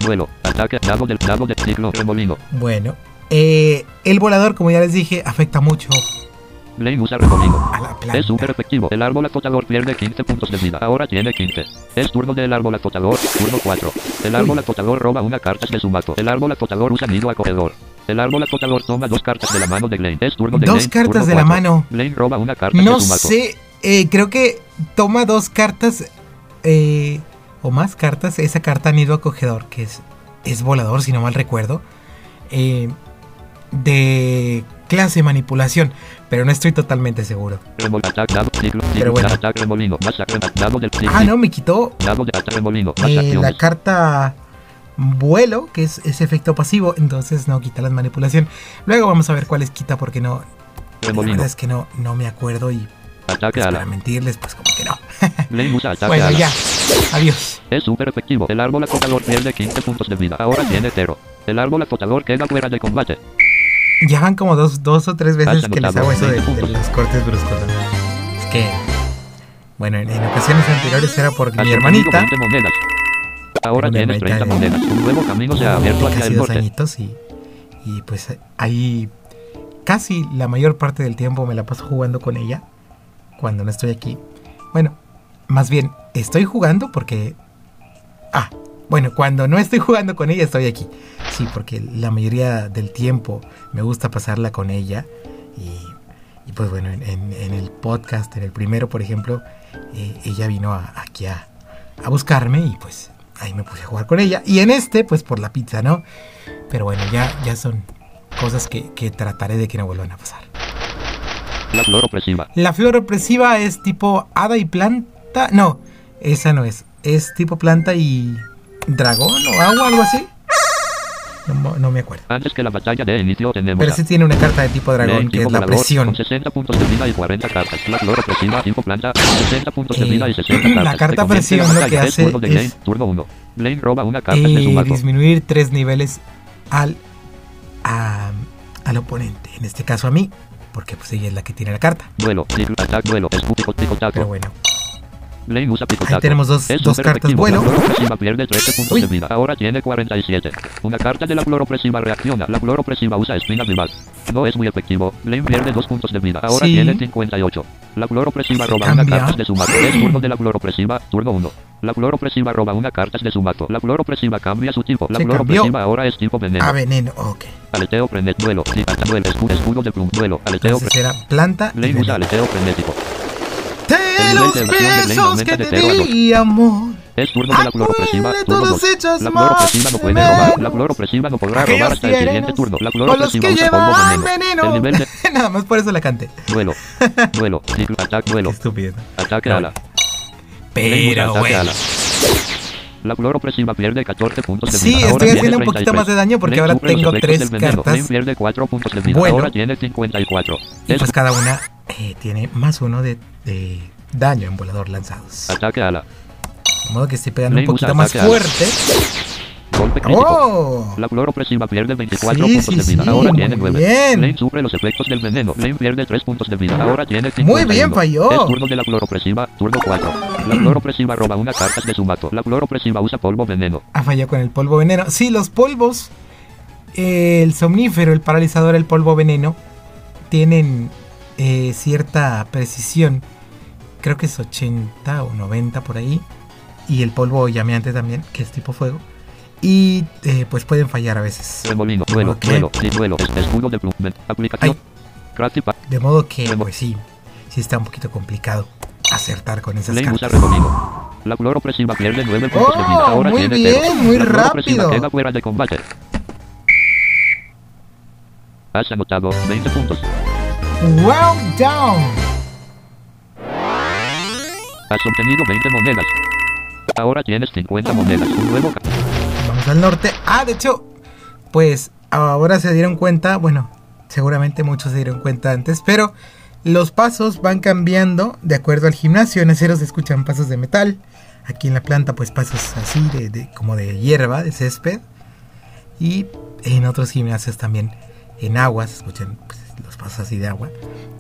Speaker 3: Duelo. Ataque. Dado del dado de ciclo. Remolino.
Speaker 1: Bueno, eh, el volador, como ya les dije, afecta mucho
Speaker 3: Blaine usa remolino.
Speaker 1: a la planta.
Speaker 3: Es súper efectivo. El árbol acotador pierde 15 puntos de vida. Ahora tiene 15. Es turno del árbol acotador. Turno 4. El árbol acotador roba una carta de su mazo. El árbol acotador usa nido acogedor. El árbol acotador toma dos cartas de la mano de Blaine. Es turno de
Speaker 1: Dos
Speaker 3: Blaine,
Speaker 1: cartas
Speaker 3: turno
Speaker 1: de la
Speaker 3: cuatro.
Speaker 1: mano.
Speaker 3: Blaine roba una carta
Speaker 1: No
Speaker 3: de su mazo.
Speaker 1: sé, eh, creo que toma dos cartas eh, o más cartas. Esa carta Nido Acogedor, que es, es volador, si no mal recuerdo, eh, de clase manipulación, pero no estoy totalmente seguro.
Speaker 3: Remol- ataque, dado, ciclo, ciclo,
Speaker 1: Pero bueno.
Speaker 3: ataque, remolino, más acción, dado del ciclo,
Speaker 1: Ah, no, me quitó
Speaker 3: dado de ataque, remolino, más
Speaker 1: eh, la
Speaker 3: acciones.
Speaker 1: carta vuelo, que es ese efecto pasivo, entonces no quita la manipulación. Luego vamos a ver cuáles quita porque no, la
Speaker 3: remolino,
Speaker 1: verdad es que no, no me acuerdo y
Speaker 3: ataque
Speaker 1: pues,
Speaker 3: ala,
Speaker 1: para mentirles, pues como que no.
Speaker 3: Blaine usa ataque
Speaker 1: Bueno,
Speaker 3: ala.
Speaker 1: ya. Adiós.
Speaker 3: Es súper efectivo, el árbol acotador pierde 15 puntos de vida, ahora tiene 0. El árbol acotador queda fuera de combate.
Speaker 1: Ya van como dos, dos o tres veces
Speaker 3: Has
Speaker 1: que les
Speaker 3: anotado
Speaker 1: hago eso de,
Speaker 3: 20
Speaker 1: de
Speaker 3: puntos.
Speaker 1: los cortes bruscos. ¿no? Es que, bueno, en, en ocasiones anteriores era por
Speaker 3: Has
Speaker 1: mi
Speaker 3: obtenido
Speaker 1: hermanita,
Speaker 3: 20 monedas. Ahora
Speaker 1: Una
Speaker 3: tienes
Speaker 1: hermanita
Speaker 3: 30
Speaker 1: de-
Speaker 3: monedas. Un nuevo camino se ha abierto
Speaker 1: de
Speaker 3: hacia
Speaker 1: casi
Speaker 3: el
Speaker 1: dos
Speaker 3: norte.
Speaker 1: añitos, y, y pues ahí casi la mayor parte del tiempo me la paso jugando con ella cuando no estoy aquí. Bueno, más bien estoy jugando porque. Ah, bueno, cuando no estoy jugando con ella estoy aquí. Sí, porque la mayoría del tiempo me gusta pasarla con ella. Y, y pues bueno, en, en- en el podcast, en el primero, por ejemplo, eh, ella vino a- aquí a, a buscarme y pues ahí me puse a jugar con ella. Y en este, pues por la pizza, ¿no? Pero bueno, ya, ya son cosas que, que trataré de que no vuelvan a pasar.
Speaker 3: La flor opresiva.
Speaker 1: La flor opresiva es tipo hada y planta. No, esa no es. Es tipo planta y. dragón o agua, algo así. No, mo- no me acuerdo.
Speaker 3: Antes que la batalla de inicio tenemos
Speaker 1: Pero
Speaker 3: a-
Speaker 1: sí tiene una carta de tipo dragón,
Speaker 3: Lane,
Speaker 1: que
Speaker 3: tipo
Speaker 1: es la
Speaker 3: volador,
Speaker 1: presión.
Speaker 3: Con 60 puntos de vida y 40 cartas. La flor opresiva, tipo planta, 60 puntos de
Speaker 1: Eh,
Speaker 3: vida y 60
Speaker 1: la
Speaker 3: cartas.
Speaker 1: carta
Speaker 3: Se convierte en
Speaker 1: presión lo
Speaker 3: batalla.
Speaker 1: que
Speaker 3: Es
Speaker 1: hace
Speaker 3: turno de Lane,
Speaker 1: es-
Speaker 3: turno 1. Lane roba una carta de su
Speaker 1: Y
Speaker 3: mazo.
Speaker 1: Eh, disminuir tres niveles al, a- al oponente. En este caso a mí, porque pues ella es la que tiene la carta.
Speaker 3: Duelo, tic, attack, duelo, escu- pico, pico, taco.
Speaker 1: Pero bueno,
Speaker 3: Lane usa pico,
Speaker 1: Ahí
Speaker 3: taco.
Speaker 1: tenemos dos-
Speaker 3: Es
Speaker 1: dos
Speaker 3: súper
Speaker 1: cartas
Speaker 3: efectivo.
Speaker 1: duelo.
Speaker 3: La flor opresiva pierde 13 puntos
Speaker 1: Uy.
Speaker 3: de vida. Ahora tiene 47. Una carta de la flor opresiva reacciona. La flor opresiva usa espinas vivas. No es muy efectivo. Lane pierde 2 puntos de vida. Ahora
Speaker 1: Sí.
Speaker 3: tiene 58. La flor opresiva
Speaker 1: Se
Speaker 3: roba
Speaker 1: cambia.
Speaker 3: una carta de su mazo. Es turno de la flor opresiva, turno 1. La flor opresiva roba una carta de su mazo. La flor opresiva cambia su tipo. La
Speaker 1: Se
Speaker 3: flor
Speaker 1: cambió.
Speaker 3: opresiva ahora es tipo veneno.
Speaker 1: a Ah, veneno, ok.
Speaker 3: Aleteo prende duelo. Sí, hasta duelo. Escudo, escudo de plum. Duelo. Aleteo
Speaker 1: Entonces
Speaker 3: prende.
Speaker 1: era planta y
Speaker 3: Lane usa
Speaker 1: veneno.
Speaker 3: aleteo frenético.
Speaker 1: De
Speaker 3: El este
Speaker 1: los
Speaker 3: nivel de evasión de Lane
Speaker 1: besos
Speaker 3: aumenta
Speaker 1: que
Speaker 3: de
Speaker 1: te
Speaker 3: cero a dos.
Speaker 1: di, amor.
Speaker 3: Es turno de la flor opresiva,
Speaker 1: Acuérdate
Speaker 3: turno
Speaker 1: todos
Speaker 3: 2.
Speaker 1: hechos
Speaker 3: La flor opresiva no
Speaker 1: más
Speaker 3: puede robar, la
Speaker 1: menos.
Speaker 3: flor opresiva no podrá
Speaker 1: Aquellos
Speaker 3: robar hasta el siguiente
Speaker 1: tiernos
Speaker 3: turno. La flor
Speaker 1: Por los
Speaker 3: opresiva
Speaker 1: que
Speaker 3: usa polvo
Speaker 1: llevan
Speaker 3: veneno. El
Speaker 1: veneno.
Speaker 3: nivel de
Speaker 1: Nada más por eso la canté.
Speaker 3: duelo, duelo, ciclo, ataque,
Speaker 1: Qué
Speaker 3: duelo,
Speaker 1: estúpido.
Speaker 3: ataque ala. Lengua,
Speaker 1: Pero
Speaker 3: ataque
Speaker 1: bueno.
Speaker 3: ala. La flor opresiva pierde 14 puntos de
Speaker 1: Sí,
Speaker 3: vida.
Speaker 1: estoy
Speaker 3: Ahora tiene
Speaker 1: haciendo un poquito
Speaker 3: 33.
Speaker 1: más de daño porque
Speaker 3: Lane
Speaker 1: ahora
Speaker 3: sufre los
Speaker 1: tengo
Speaker 3: efectos
Speaker 1: tres
Speaker 3: del veneno.
Speaker 1: cartas.
Speaker 3: Lane pierde 4 puntos de vida.
Speaker 1: Bueno.
Speaker 3: Ahora tiene 54.
Speaker 1: Y
Speaker 3: Es
Speaker 1: pues cada una eh, tiene más uno de, de daño en volador lanzados.
Speaker 3: ataque ala.
Speaker 1: De modo que estoy pegando un
Speaker 3: Lane usa
Speaker 1: poquito más
Speaker 3: ataque ala.
Speaker 1: fuerte.
Speaker 3: Golpe crítico.
Speaker 1: ¡Oh!
Speaker 3: La flor opresiva pierde 24
Speaker 1: Sí, sí,
Speaker 3: puntos de vida.
Speaker 1: sí,
Speaker 3: Ahora
Speaker 1: muy
Speaker 3: tiene 9.
Speaker 1: bien.
Speaker 3: Lane sufre los efectos del veneno. Lane pierde 3 puntos de vida. Ahora tiene 5.
Speaker 1: Muy bien, falló.
Speaker 3: Es turno de la flor opresiva, turno 4. La flor opresiva roba una carta de su mato. La flor opresiva usa polvo veneno.
Speaker 1: Ha fallado con el polvo veneno. Sí, los polvos, eh, el somnífero, el paralizador, el polvo veneno, tienen eh, cierta precisión. Creo que es 80 o 90 por ahí. Y el polvo llameante también, que es tipo fuego. Y eh, pues pueden fallar a veces.
Speaker 3: Remolino, duelo,
Speaker 1: Ok.
Speaker 3: duelo, sí, duelo. Es- Escudo de plum. Ven- Aplicación. Crafty Pack.
Speaker 1: De modo que,
Speaker 3: Remo-
Speaker 1: pues sí, sí está un poquito complicado acertar con esas
Speaker 3: Lane usa
Speaker 1: cartas.
Speaker 3: remolino. La flor opresiva pierde 9 puntos de vida.
Speaker 1: Oh,
Speaker 3: Ahora
Speaker 1: muy
Speaker 3: tiene
Speaker 1: bien,
Speaker 3: 0.
Speaker 1: muy
Speaker 3: la flor opresiva
Speaker 1: rápido.
Speaker 3: queda fuera de combate. Has anotado 20 puntos.
Speaker 1: Round down.
Speaker 3: Has obtenido 20 monedas. Ahora tienes 50 monedas. Un nuevo ca-
Speaker 1: Vamos al norte. Ah, de hecho, pues ahora se dieron cuenta, bueno, seguramente muchos se dieron cuenta antes, pero los pasos van cambiando de acuerdo al gimnasio. En acero se escuchan pasos de metal. Aquí en la planta, pues pasos así, de, de- como de hierba, de césped. Y en otros gimnasios también, en agua, se escuchan pues, los pasos así de agua.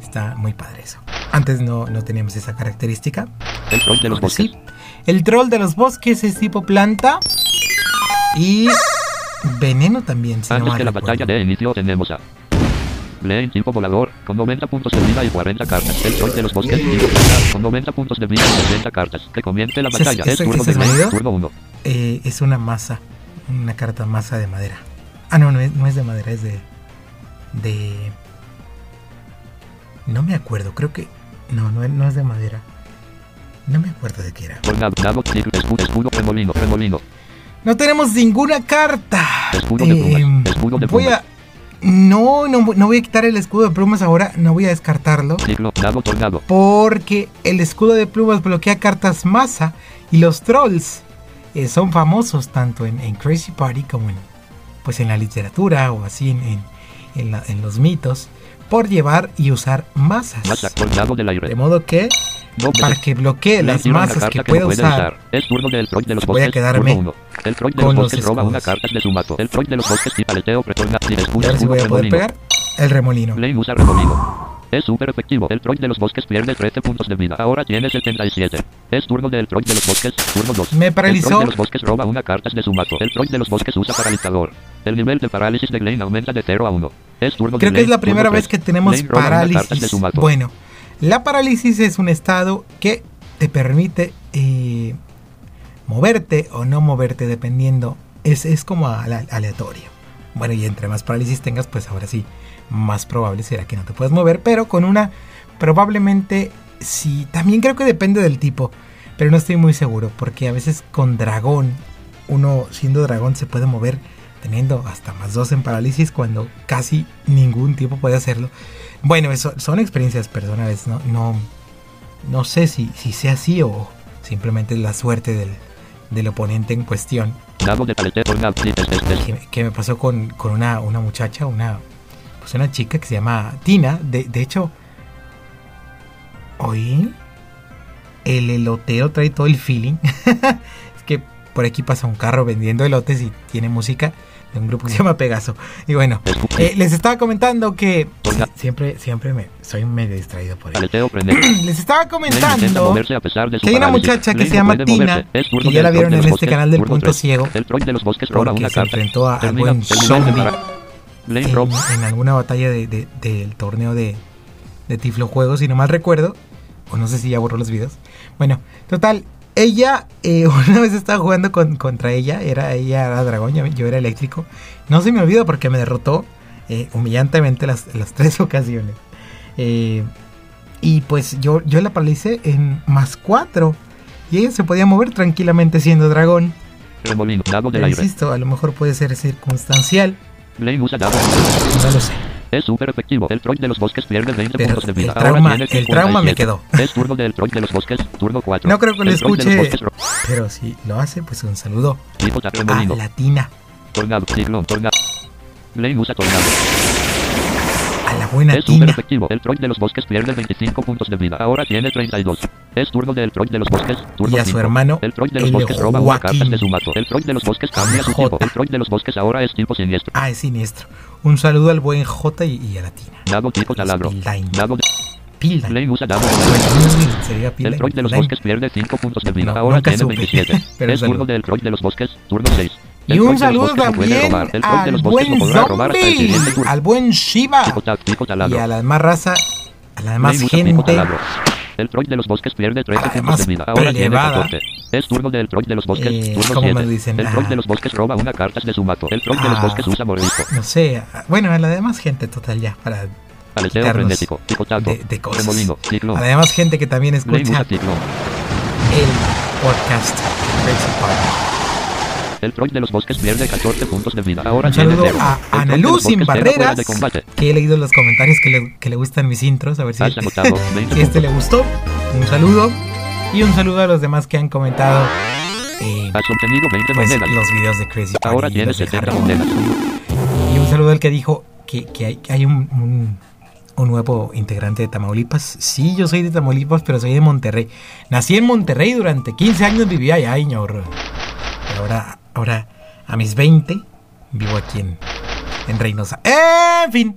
Speaker 1: Está muy padre eso. Antes no, no teníamos esa característica.
Speaker 3: El troll de los
Speaker 1: Ahora
Speaker 3: bosques.
Speaker 1: sí. El troll de los bosques es tipo planta. Y veneno también, si no
Speaker 3: Antes
Speaker 1: mal
Speaker 3: Ah, que la
Speaker 1: recuerdo.
Speaker 3: batalla de inicio tenemos a... Blaine tipo volador, con 90 puntos de vida y 40 cartas. El troll de los bosques, tipo planta, con 90 puntos de vida y 60 cartas. Que comience la
Speaker 1: ¿Ese es-
Speaker 3: batalla.
Speaker 1: ese-
Speaker 3: Es turno
Speaker 1: ese
Speaker 3: de
Speaker 1: es
Speaker 3: Blaine,
Speaker 1: válido?
Speaker 3: turno 1.
Speaker 1: Eh, es una masa, una carta masa de madera. Ah, no, no es, no es de madera, es de... De... No me acuerdo, creo que... No, no, es- no es de madera. No me acuerdo de qué era.
Speaker 3: Tornado, nabo, tigre, escudo, escudo, remolino, remolino.
Speaker 1: No tenemos ninguna carta. Em,
Speaker 3: Escudo de plumas, escudo de
Speaker 1: voy
Speaker 3: plumas.
Speaker 1: a... No, no, no voy a quitar el escudo de plumas ahora, no voy a descartarlo.
Speaker 3: Ciclo, nabo, tornado.
Speaker 1: porque el escudo de plumas bloquea cartas masa y los trolls eh, son famosos tanto en, en Crazy Party como en, pues en la literatura o así en, en- en la- en los mitos por llevar y usar
Speaker 3: Masa,
Speaker 1: masas.
Speaker 3: tornado del aire.
Speaker 1: De modo que
Speaker 3: Dos veces.
Speaker 1: para que bloquee
Speaker 3: Blaine
Speaker 1: las
Speaker 3: tira una
Speaker 1: masas
Speaker 3: carta
Speaker 1: que pueda
Speaker 3: no puede
Speaker 1: usar.
Speaker 3: Es turno del troll de los
Speaker 1: Voy a
Speaker 3: bosques.
Speaker 1: quedarme
Speaker 3: turno uno. El troll de
Speaker 1: con
Speaker 3: los
Speaker 1: los
Speaker 3: bosques roba
Speaker 1: escudos.
Speaker 3: una carta de su mato. El troll de los bosques y aleteo retorna sin
Speaker 1: Y ahora
Speaker 3: escudo.
Speaker 1: sí
Speaker 3: escudo
Speaker 1: voy a poder
Speaker 3: remolino.
Speaker 1: pegar el remolino.
Speaker 3: Blaine usa remolino. Es súper efectivo. El troll de los bosques pierde 13 puntos de vida. Ahora tiene 77. Es turno del troll de los bosques. Turno 2.
Speaker 1: Me
Speaker 3: El troll
Speaker 1: paralizó.
Speaker 3: de los bosques roba una carta de su mato. El troll de los bosques usa paralizador. El nivel de parálisis de Blaine aumenta de 0 a 1. Es turno de
Speaker 1: Creo que
Speaker 3: Blaine,
Speaker 1: es la
Speaker 3: turno
Speaker 1: primera
Speaker 3: tres.
Speaker 1: vez que tenemos
Speaker 3: Blaine roba una carta de
Speaker 1: parálisis.
Speaker 3: su mato.
Speaker 1: Bueno, la parálisis es un estado que te permite eh, moverte o no moverte dependiendo. Es, es como ale- aleatorio. Bueno, y entre más parálisis tengas, pues ahora sí, más probable será que no te puedas mover, pero con una probablemente sí. También creo que depende del tipo, pero no estoy muy seguro, porque a veces con dragón, uno siendo dragón se puede mover teniendo hasta más dos en parálisis cuando casi ningún tipo puede hacerlo. Bueno, eso son experiencias personales, no, no, no sé si, si sea así o simplemente es la suerte del, del oponente en cuestión.
Speaker 3: Lago de Palete, Torna, sí, es, es, es.
Speaker 1: que, que me pasó con, con una, una muchacha, una, pues una chica que se llama Tina. De, de hecho, hoy el elotero trae todo el feeling. es que por aquí pasa un carro vendiendo elotes y tiene música de un grupo que se llama Pegaso. Y bueno, eh, les estaba comentando que siempre, siempre me soy medio distraído por eso.
Speaker 3: Paleteo, prender.
Speaker 1: Les estaba
Speaker 3: Lane intenta
Speaker 1: comentando
Speaker 3: moverse a pesar de su
Speaker 1: que hay una
Speaker 3: parálisis.
Speaker 1: muchacha que
Speaker 3: Lane
Speaker 1: se
Speaker 3: no
Speaker 1: llama
Speaker 3: puede
Speaker 1: Tina,
Speaker 3: moverse. Es turno
Speaker 1: que ya
Speaker 3: del
Speaker 1: la vieron
Speaker 3: Troll
Speaker 1: en
Speaker 3: de los
Speaker 1: este
Speaker 3: Bosques,
Speaker 1: canal del
Speaker 3: turno
Speaker 1: Punto
Speaker 3: tres.
Speaker 1: Ciego,
Speaker 3: El troll de los bosques roba
Speaker 1: porque
Speaker 3: una
Speaker 1: se
Speaker 3: carta.
Speaker 1: enfrentó a- al
Speaker 3: Termina-
Speaker 1: buen Eh,
Speaker 3: termina el
Speaker 1: zombie
Speaker 3: embarazo. Lane
Speaker 1: en,
Speaker 3: roba.
Speaker 1: en alguna batalla de- de- del torneo de, de Tiflo Juegos, si no mal recuerdo. O no sé si ya borró los videos. Bueno, total. Ella, eh, una vez estaba jugando con- contra ella. Era, ella era dragón, yo, yo era eléctrico. No se me olvida porque me derrotó eh, humillantemente las, las tres ocasiones. Eh, y pues yo, yo la paralicé en más cuatro. Y ella se podía mover tranquilamente siendo dragón.
Speaker 3: Remolino, dado del
Speaker 1: Pero
Speaker 3: aire.
Speaker 1: insisto, a lo mejor puede ser circunstancial.
Speaker 3: Lane usa dado.
Speaker 1: No lo sé.
Speaker 3: Es súper efectivo. El troll de los bosques pierde 20
Speaker 1: Pero
Speaker 3: puntos de vida.
Speaker 1: el trauma-
Speaker 3: Ahora tiene
Speaker 1: el trauma me
Speaker 3: 57.
Speaker 1: quedó.
Speaker 3: Es turno del troll de los bosques, turno 4.
Speaker 1: No creo que lo
Speaker 3: El troll de los
Speaker 1: escuche.
Speaker 3: bosques ro-
Speaker 1: Pero si lo hace, pues un saludo
Speaker 3: Tipo de
Speaker 1: a
Speaker 3: remolino.
Speaker 1: Latina,
Speaker 3: Tornado, ciclón, tornado. Lane usa tornado.
Speaker 1: a la buena
Speaker 3: Es súper
Speaker 1: Tina.
Speaker 3: efectivo. El troll de los bosques pierde 25 puntos de vida. Ahora tiene 32. Es turno del troll de los bosques. Turno
Speaker 1: Y a su
Speaker 3: cinco.
Speaker 1: hermano,
Speaker 3: El troll de los
Speaker 1: el
Speaker 3: bosques roba una carta
Speaker 1: Joaquín.
Speaker 3: de su mazo. El troll de los bosques cambia su tipo. El troll de los bosques ahora es tipo siniestro.
Speaker 1: Ah, es siniestro. Un saludo al buen J y, y a Latina.
Speaker 3: Dado tipo taladro.
Speaker 1: Pildain.
Speaker 3: Dado de...
Speaker 1: Pildain.
Speaker 3: Lane usa dado.
Speaker 1: Bueno, sería
Speaker 3: El
Speaker 1: Pildain.
Speaker 3: troll de los
Speaker 1: Pildain.
Speaker 3: bosques pierde 5 puntos de vida.
Speaker 1: No,
Speaker 3: Ahora
Speaker 1: nunca
Speaker 3: tiene
Speaker 1: supe.
Speaker 3: 27.
Speaker 1: Pero
Speaker 3: es
Speaker 1: saludo.
Speaker 3: turno del troll de los bosques, turno 6.
Speaker 1: Y un saludo también al buen zombie, al buen Shiva y a la demás raza, a la demás gente.
Speaker 3: El troll de los bosques pierde 13 puntos
Speaker 1: Además,
Speaker 3: de vida. Ahora tiene
Speaker 1: plebada.
Speaker 3: 14. Es turno del troll de los bosques,
Speaker 1: Eh,
Speaker 3: turno
Speaker 1: ¿cómo me
Speaker 3: 7.
Speaker 1: dicen?
Speaker 3: El troll
Speaker 1: Ah.
Speaker 3: de los bosques roba una carta de su mato. El troll de los
Speaker 1: Ah.
Speaker 3: bosques usa mordisco.
Speaker 1: No sé, a- bueno, a la demás gente total ya, para a
Speaker 3: Paleteo
Speaker 1: Quitarnos
Speaker 3: frenético, picotazo,
Speaker 1: de- de cosas.
Speaker 3: remolino, ciclón.
Speaker 1: la demás gente que también
Speaker 3: Lane usa
Speaker 1: escucha
Speaker 3: ciclón.
Speaker 1: el podcast. Crazy Party.
Speaker 3: El troll de los bosques pierde 14 puntos de vida. Ahora
Speaker 1: Un
Speaker 3: tiene
Speaker 1: saludo
Speaker 3: cero.
Speaker 1: a
Speaker 3: El troll
Speaker 1: Ana
Speaker 3: de los
Speaker 1: Luz sin
Speaker 3: bosques queda fuera
Speaker 1: barreras.
Speaker 3: de combate.
Speaker 1: Que he leído los comentarios que le, que le gustan mis intros, a ver si,
Speaker 3: Has agotado 20
Speaker 1: si este le gustó. Un saludo y un saludo a los demás que han comentado eh,
Speaker 3: Has obtenido 20
Speaker 1: pues,
Speaker 3: monedas.
Speaker 1: los videos de Crazy Party
Speaker 3: Ahora
Speaker 1: y
Speaker 3: tienes
Speaker 1: los de
Speaker 3: 70
Speaker 1: Harry.
Speaker 3: monedas.
Speaker 1: Y un saludo al que dijo que, que hay, que hay un, un- un nuevo integrante de Tamaulipas. Sí, yo soy de Tamaulipas, pero soy de Monterrey. Nací en Monterrey durante 15 años, viví allá, señor. Y ahora, ahora, a mis 20, vivo aquí en, en Reynosa. En fin,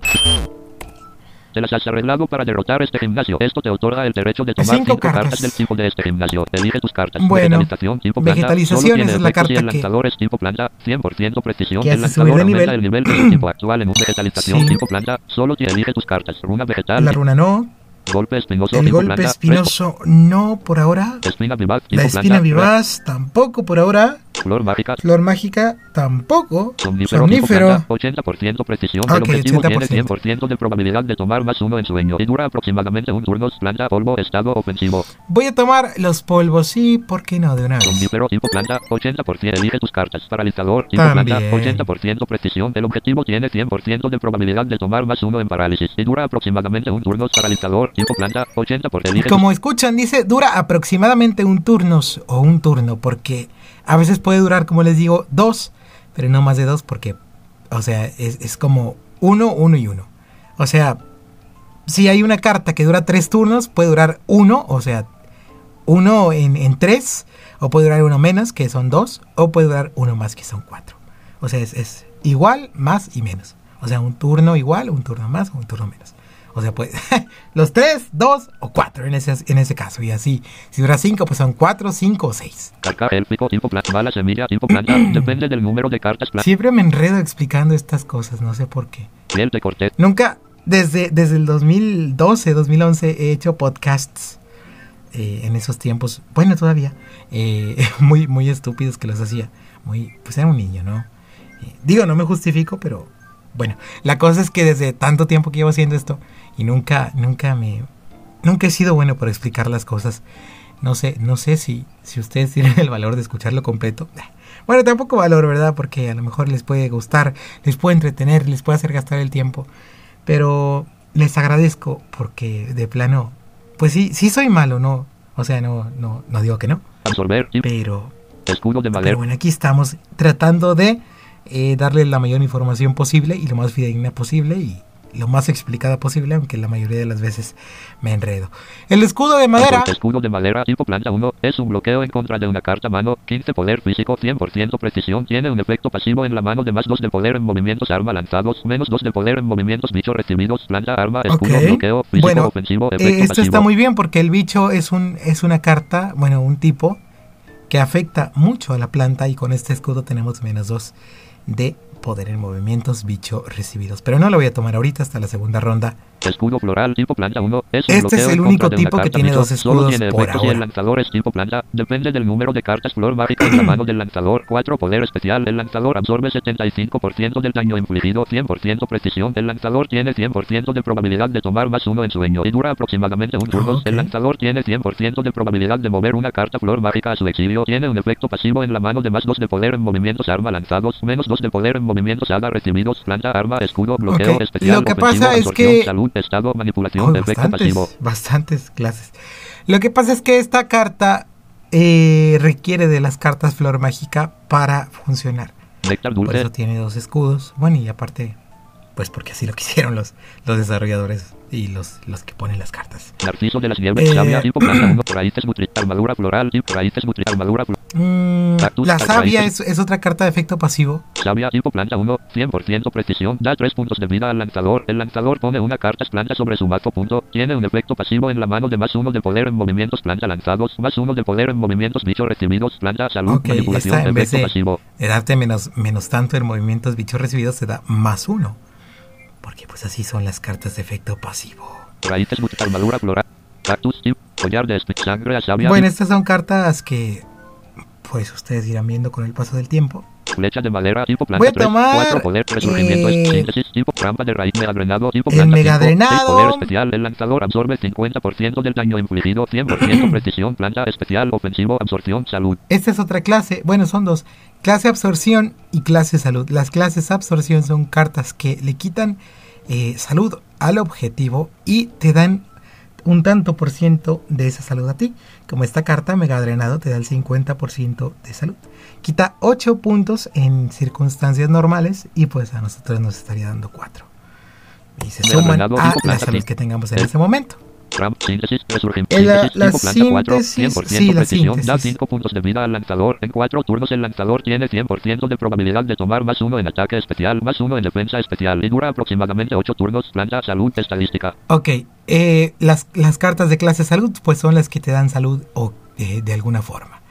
Speaker 3: Te las has arreglado para derrotar este gimnasio. Esto te otorga el derecho de tomar
Speaker 1: Cinco
Speaker 3: 5 cartas.
Speaker 1: cartas
Speaker 3: del tipo de este gimnasio. Elige tus cartas.
Speaker 1: Bueno,
Speaker 3: Vegetalización tipo planta.
Speaker 1: vegetalización,
Speaker 3: Solo tiene
Speaker 1: esa es la
Speaker 3: efectos y
Speaker 1: carta
Speaker 3: el
Speaker 1: que-
Speaker 3: lanzador es tipo planta. 100% precisión
Speaker 1: que
Speaker 3: del
Speaker 1: hace subir
Speaker 3: lanzador.
Speaker 1: de
Speaker 3: Aumenta el
Speaker 1: nivel.
Speaker 3: nivel del tipo actual en un vegetalización
Speaker 1: Sí.
Speaker 3: tipo planta. Solo te elige tus cartas. Runa vegetal.
Speaker 1: la runa no.
Speaker 3: Golpe espinoso
Speaker 1: El
Speaker 3: tipo
Speaker 1: golpe
Speaker 3: planta.
Speaker 1: espinoso no por ahora.
Speaker 3: Res- Espina vivaz tipo
Speaker 1: La espina
Speaker 3: planta.
Speaker 1: vivaz tampoco por ahora.
Speaker 3: Res- Flor mágica.
Speaker 1: Flor mágica tampoco.
Speaker 3: Somnífero. tipo
Speaker 1: Somnífero.
Speaker 3: planta, 80% precisión.
Speaker 1: Ok,
Speaker 3: el objetivo
Speaker 1: 80%.
Speaker 3: tiene 100% de probabilidad de tomar más uno en sueño. Y dura aproximadamente un turno. Planta, polvo, estado ofensivo.
Speaker 1: Voy a tomar los polvos, sí, ¿por qué no? De una vez.
Speaker 3: Somnífero tipo planta, 80% elige tus cartas. Paralizador tipo
Speaker 1: También.
Speaker 3: planta, 80% precisión. El objetivo tiene 100% de probabilidad de tomar más uno en parálisis. Y dura aproximadamente un turno. Paralizador tipo planta, 80% elige tus-
Speaker 1: Como escuchan, dice, dura aproximadamente un turno o un turno, porque a veces puede durar, como les digo, dos, pero no más de dos, porque, o sea, es, es como uno, uno y uno. O sea, si hay una carta que dura tres turnos, puede durar uno, o sea, uno en, en tres, o puede durar uno menos, que son dos, o puede durar uno más, que son cuatro. O sea, es, es igual, más y menos. O sea, un turno igual, un turno más o un turno menos. O sea, pues los tres, dos o cuatro en ese, en ese caso. Y así, si dura cinco, pues son cuatro, cinco o seis.
Speaker 3: Carca élfico tipo planta, mala semilla tipo planta. Depende del número de cartas planta.
Speaker 1: Siempre me enredo explicando estas cosas, no sé por qué.
Speaker 3: Piel de corteza.
Speaker 1: Nunca, desde, desde el 2012, 2011, he hecho podcasts eh, en esos tiempos. Bueno, todavía. eh, muy, muy estúpidos que los hacía. Muy, pues era un niño, ¿no? Eh, digo, no me justifico, pero bueno. La cosa es que desde tanto tiempo que llevo haciendo esto y nunca, nunca me... Nunca he sido bueno para explicar las cosas. No sé, no sé si, si ustedes tienen el valor de escucharlo completo. Ah, Bueno, tampoco valor, ¿verdad? Porque a lo mejor les puede gustar, les puede entretener, les puede hacer gastar el tiempo. Pero les agradezco porque de plano, pues sí, sí soy malo, ¿no? O sea, no, no, no digo que no,
Speaker 3: Absorber tipo
Speaker 1: pero
Speaker 3: Escudo de
Speaker 1: Pero
Speaker 3: madera.
Speaker 1: bueno, aquí estamos tratando de eh, darle la mayor información posible y lo más fidedigna posible y lo más explicada posible, aunque la mayoría de las veces me enredo. El escudo de madera.
Speaker 3: Escudo de madera tipo planta 1 es un bloqueo en contra de una carta mano, 15 poder físico, 100% precisión, tiene un efecto pasivo en la mano de más 2 de poder en movimientos arma lanzados, menos 2 de poder en movimientos bicho recibidos, planta arma, escudo,
Speaker 1: Ok.
Speaker 3: bloqueo físico,
Speaker 1: Bueno,
Speaker 3: ofensivo,
Speaker 1: Eh,
Speaker 3: efecto
Speaker 1: esto
Speaker 3: pasivo.
Speaker 1: está muy bien porque el bicho es un es una carta, bueno, un tipo que afecta mucho a la planta y con este escudo tenemos menos 2 de poder en movimientos bicho recibidos. Pero no lo voy a tomar ahorita hasta la segunda ronda.
Speaker 3: Escudo floral tipo planta 1 es un
Speaker 1: Este
Speaker 3: bloqueo
Speaker 1: es el
Speaker 3: en
Speaker 1: único
Speaker 3: contra de una
Speaker 1: tipo que
Speaker 3: carta
Speaker 1: tiene
Speaker 3: bicho,
Speaker 1: dos
Speaker 3: solo
Speaker 1: escudos
Speaker 3: tiene
Speaker 1: por
Speaker 3: efectos y
Speaker 1: ahora.
Speaker 3: el lanzador es tipo planta, depende del número de cartas flor mágica en la mano del lanzador, 4 poder especial, el lanzador absorbe 75% del daño infligido, 100% precisión, el lanzador tiene 100% de probabilidad de tomar más uno en sueño y dura aproximadamente un turno,
Speaker 1: Ok.
Speaker 3: el lanzador tiene 100% de probabilidad de mover una carta flor mágica a su exilio, tiene un efecto pasivo en la mano de más 2 de poder en movimientos arma lanzados, menos 2 de poder en movimientos haga recibidos, planta arma, escudo, bloqueo
Speaker 1: Ok,
Speaker 3: especial,
Speaker 1: lo que
Speaker 3: ofensivo,
Speaker 1: pasa es
Speaker 3: absorción,
Speaker 1: que-
Speaker 3: salud, estado, manipulación,
Speaker 1: Uy,
Speaker 3: efecto
Speaker 1: bastantes,
Speaker 3: pasivo.
Speaker 1: bastantes clases. Lo que pasa es que esta carta eh, requiere de las cartas flor mágica para funcionar.
Speaker 3: Néctar
Speaker 1: Por
Speaker 3: dulce,
Speaker 1: eso tiene dos escudos. Bueno, y aparte, pues porque así lo quisieron los, los desarrolladores y los, los que ponen las cartas.
Speaker 3: narciso de las nieves,
Speaker 1: Eh,
Speaker 3: savia, tipo planta 1, raíces butri, armadura floral, tipo raíces butri, armadura floral,
Speaker 1: Mm,
Speaker 3: Cactus,
Speaker 1: la savia es,
Speaker 3: raíces.
Speaker 1: es otra carta de efecto pasivo.
Speaker 3: savia, tipo planta 1, 100% precisión, da 3 puntos de vida al lanzador, el lanzador pone una carta planta sobre su mazo punto, tiene un efecto pasivo en la mano de más 1 de poder en movimientos planta lanzados, más 1 de poder en movimientos bichos recibidos, planta, salud,
Speaker 1: Ok,
Speaker 3: manipulación,
Speaker 1: esta en vez
Speaker 3: efecto
Speaker 1: de,
Speaker 3: pasivo.
Speaker 1: de darte menos, menos tanto en movimientos bichos recibidos, se da más uno. Porque pues así son las cartas de efecto pasivo.
Speaker 3: Raíces butri, armadura floral, cactus, tip, collar de espe- sangre, a savia,
Speaker 1: Bueno, estas son cartas que pues ustedes irán viendo con el paso del tiempo.
Speaker 3: Flecha de madera tipo planta
Speaker 1: Voy a
Speaker 3: 3,
Speaker 1: tomar,
Speaker 3: 4 poder, resurgimiento,
Speaker 1: eh,
Speaker 3: síntesis tipo trampa de raíz, megadrenado tipo
Speaker 1: el
Speaker 3: planta
Speaker 1: megadrenado.
Speaker 3: 5, 6 poder especial, el lanzador absorbe 50% del daño infligido, 100% precisión, planta especial, ofensivo, absorción, salud.
Speaker 1: Esta es otra clase, bueno, son dos, clase absorción y clase salud. Las clases absorción son cartas que le quitan eh, salud al objetivo y te dan un tanto por ciento de esa salud a ti. Como esta carta, Megadrenado te da el 50% de salud. Quita 8 puntos en circunstancias normales y pues a nosotros nos estaría dando 4. Y se suman
Speaker 3: Megadrenado,
Speaker 1: a
Speaker 3: tipo
Speaker 1: la
Speaker 3: planta,
Speaker 1: salud
Speaker 3: sí.
Speaker 1: que tengamos en
Speaker 3: Eh.
Speaker 1: ese momento.
Speaker 3: Tramp, síntesis, resurgimiento,
Speaker 1: Eh, la-
Speaker 3: síntesis,
Speaker 1: la
Speaker 3: tipo planta 4,
Speaker 1: síntesis,
Speaker 3: 100%
Speaker 1: sí, la
Speaker 3: precisión, da
Speaker 1: síntesis.
Speaker 3: 5 puntos de vida al lanzador. En 4 turnos el lanzador tiene 100% de probabilidad de tomar más 1 en ataque especial, más 1 en defensa especial y dura aproximadamente 8 turnos, planta, salud, estadística.
Speaker 1: Ok, eh, las, las cartas de clase salud pues son las que te dan salud o eh, de alguna forma.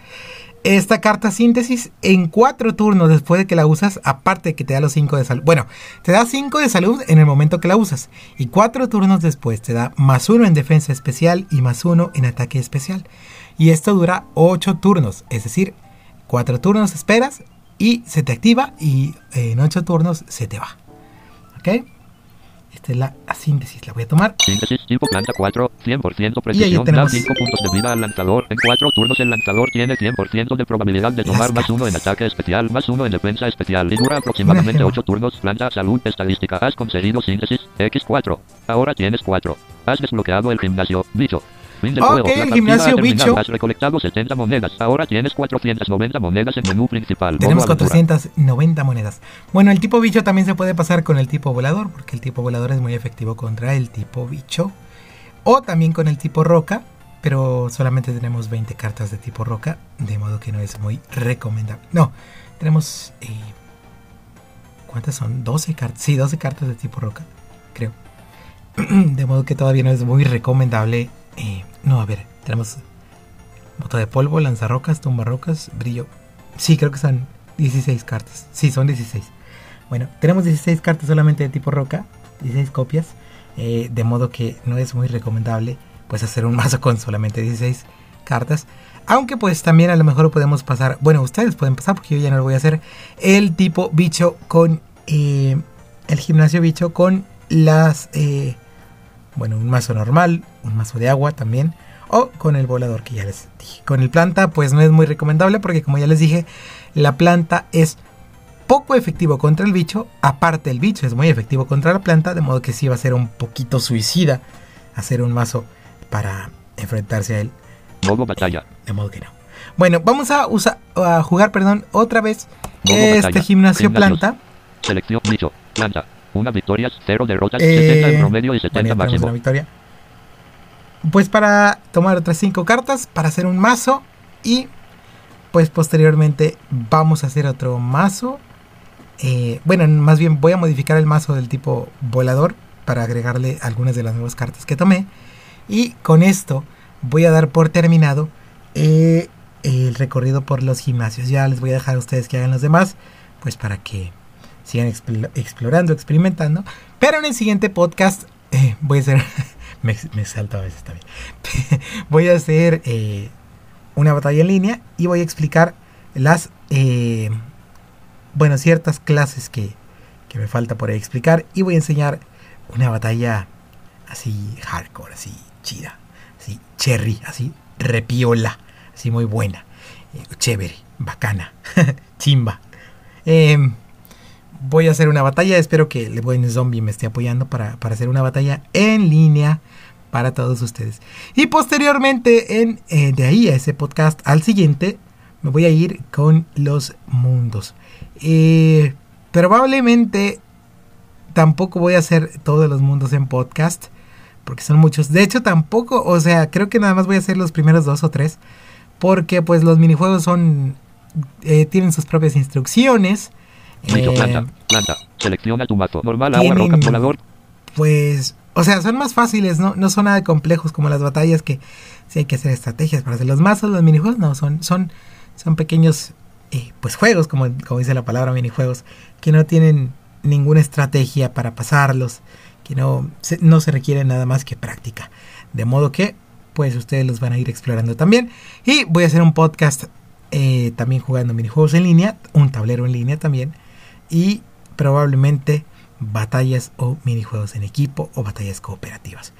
Speaker 1: Esta carta síntesis en cuatro turnos después de que la usas, aparte de que te da los cinco de salud. Bueno, te da cinco de salud en el momento que la usas y cuatro turnos después te da más uno en defensa especial y más uno en ataque especial. Y esto dura ocho turnos, es decir, cuatro turnos esperas y se te activa y eh, en ocho turnos se te va. ¿Ok? Esta es la síntesis, la voy a tomar.
Speaker 3: Síntesis tipo planta 4, 100% precisión, da
Speaker 1: tenemos-
Speaker 3: 5 puntos de vida al lanzador. En 4 turnos el lanzador tiene 100% de probabilidad de tomar más 1 en ataque especial, más 1 en defensa especial y dura aproximadamente
Speaker 1: Una gema.
Speaker 3: 8 turnos. Planta salud estadística. Has conseguido síntesis X4. Ahora tienes 4. Has desbloqueado el gimnasio, bicho. Fin del
Speaker 1: Ok,
Speaker 3: juego.
Speaker 1: el
Speaker 3: partida ha
Speaker 1: gimnasio,
Speaker 3: terminado.
Speaker 1: bicho.
Speaker 3: Has recolectado 70 monedas. Ahora tienes 490 monedas en menú principal. Modo
Speaker 1: Tenemos
Speaker 3: aventura.
Speaker 1: 490 monedas. Bueno, el tipo bicho también se puede pasar con el tipo volador, porque el tipo volador es muy efectivo contra el tipo bicho. O también con el tipo roca, pero solamente tenemos 20 cartas de tipo roca, de modo que no es muy recomendable. No, tenemos... eh, ¿Cuántas son? 12 cartas. Sí, 12 cartas de tipo roca, creo. De modo que todavía no es muy recomendable. eh, no, a ver, tenemos bota de polvo, lanzarrocas, tumbarrocas, brillo. Sí, creo que son 16 cartas. Sí, son 16. Bueno, tenemos 16 cartas solamente de tipo roca, 16 copias, eh, de modo que no es muy recomendable pues hacer un mazo con solamente 16 cartas. Aunque pues también a lo mejor podemos pasar, bueno, ustedes pueden pasar porque yo ya no lo voy a hacer, el tipo bicho con eh, el gimnasio bicho con las, eh, bueno, un mazo normal, un mazo de agua también, o con el volador que ya les dije. Con el planta pues no es muy recomendable porque como ya les dije, la planta es poco efectivo contra el bicho, aparte el bicho es muy efectivo contra la planta, de modo que sí va a ser un poquito suicida hacer un mazo para enfrentarse a él,
Speaker 3: Modo batalla.
Speaker 1: de modo que no. Bueno, vamos a, usa- a jugar, perdón, otra vez
Speaker 3: Modo
Speaker 1: este
Speaker 3: batalla.
Speaker 1: gimnasio
Speaker 3: Gimnasios.
Speaker 1: planta.
Speaker 3: Selección nicho. Planta. Una victoria, cero derrotas,
Speaker 1: Eh,
Speaker 3: 70 en promedio y
Speaker 1: Bueno,
Speaker 3: 70
Speaker 1: ya tenemos una
Speaker 3: máximo.
Speaker 1: victoria. Pues para tomar otras cinco cartas, para hacer un mazo y pues posteriormente vamos a hacer otro mazo. Eh, bueno, más bien voy a modificar el mazo del tipo volador para agregarle algunas de las nuevas cartas que tomé. Y con esto voy a dar por terminado eh, el recorrido por los gimnasios. Ya les voy a dejar a ustedes que hagan los demás, pues para que sigan expl- explorando, experimentando. Pero en el siguiente podcast eh, voy a hacer. me, me salto a veces también. voy a hacer eh, una batalla en línea y voy a explicar las. eh, bueno, ciertas clases que, que me falta por ahí explicar. Y voy a enseñar una batalla así hardcore, así chida, así cherry, así repiola, así muy buena, eh, chévere, bacana, chimba. Em, voy a hacer una batalla. Espero que el buen zombie me esté apoyando para, para hacer una batalla en línea para todos ustedes. Y posteriormente, en, eh, de ahí a ese podcast, al siguiente, me voy a ir con los mundos. Eh, probablemente tampoco voy a hacer todos los mundos en podcast, porque son muchos. De hecho, tampoco, o sea, creo que nada más voy a hacer los primeros dos o tres, porque pues los minijuegos son... eh, tienen sus propias instrucciones.
Speaker 3: Nicho,
Speaker 1: eh,
Speaker 3: planta. Planta. Selecciona tu mazo. Normal, agua,
Speaker 1: Tienen-
Speaker 3: roca, volador.
Speaker 1: pues, o sea, son más fáciles, ¿no? No son nada de complejos como las batallas que sí hay que hacer estrategias para hacer los mazos, los minijuegos, no, son, son, son pequeños, eh, pues juegos, como, como dice la palabra minijuegos, que no tienen ninguna estrategia para pasarlos, que no se, no se requiere nada más que práctica. De modo que, pues ustedes los van a ir explorando también. Y voy a hacer un podcast eh, también jugando minijuegos en línea, un tablero en línea también, y probablemente batallas o minijuegos en equipo o batallas cooperativas.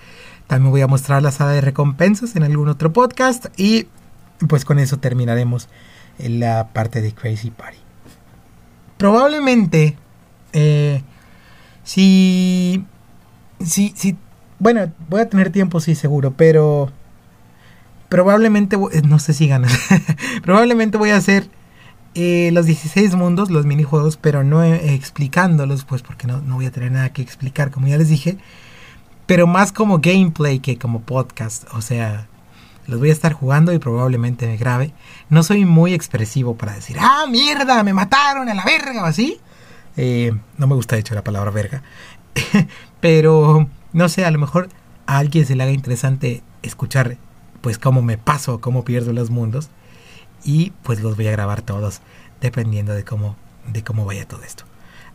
Speaker 1: También voy a mostrar la sala de recompensas en algún otro podcast y pues con eso terminaremos la parte de Crazy Party. Probablemente, eh, si, si, si, bueno, voy a tener tiempo, sí, seguro, pero probablemente, vo- eh, no sé si ganas, probablemente voy a hacer eh, los 16 mundos, los minijuegos, pero no eh, explicándolos, pues porque no, no voy a tener nada que explicar, como ya les dije. Pero más como gameplay que como podcast. O sea, los voy a estar jugando y probablemente me grabe. No soy muy expresivo para decir, ah, mierda, me mataron a la verga o así. Eh, no me gusta de hecho la palabra verga. pero, no sé, a lo mejor a alguien se le haga interesante escuchar pues cómo me paso, cómo pierdo los mundos y pues los voy a grabar todos dependiendo de cómo de cómo vaya todo esto.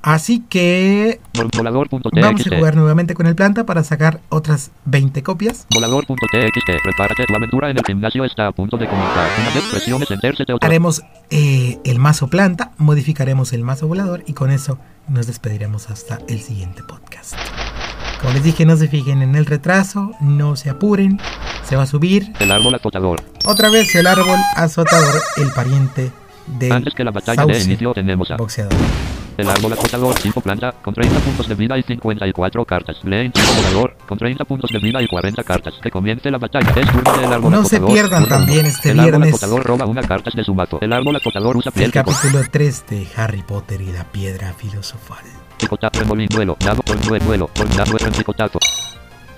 Speaker 1: Así que
Speaker 3: Vol-
Speaker 1: vamos a
Speaker 3: Volador.txt.
Speaker 1: jugar nuevamente con el planta para sacar otras 20 copias.
Speaker 3: Volador.txt. Prepárate, tu aventura en el gimnasio está a punto de comenzar. Una vez presiones enter, se te otorga.
Speaker 1: Haremos eh, el mazo planta, modificaremos el mazo volador y con eso nos despediremos hasta el siguiente podcast. Como les dije, no se fijen en el retraso, no se apuren, se va a subir.
Speaker 3: El árbol acotador.
Speaker 1: Otra vez el árbol azotador, el pariente del
Speaker 3: Antes que la batalla de
Speaker 1: Eh, sauce
Speaker 3: inicio tenemos a
Speaker 1: boxeador.
Speaker 3: el árbol acotador 5 planta con 30 puntos de vida y 54 cartas. Blaine 5 volador con 30 puntos de vida y 40 cartas. Que comience la batalla. Es turno del árbol
Speaker 1: No
Speaker 3: acotador.
Speaker 1: se pierdan
Speaker 3: Turno
Speaker 1: también
Speaker 3: uno.
Speaker 1: este
Speaker 3: el árbol
Speaker 1: viernes.
Speaker 3: acotador roba una carta de su mazo. El árbol acotador usa piel
Speaker 1: El
Speaker 3: que corta.
Speaker 1: capítulo 3 de Harry Potter y la piedra filosofal.
Speaker 3: Picotazo en duelo, dado por due- duelo, por dado en picotazo.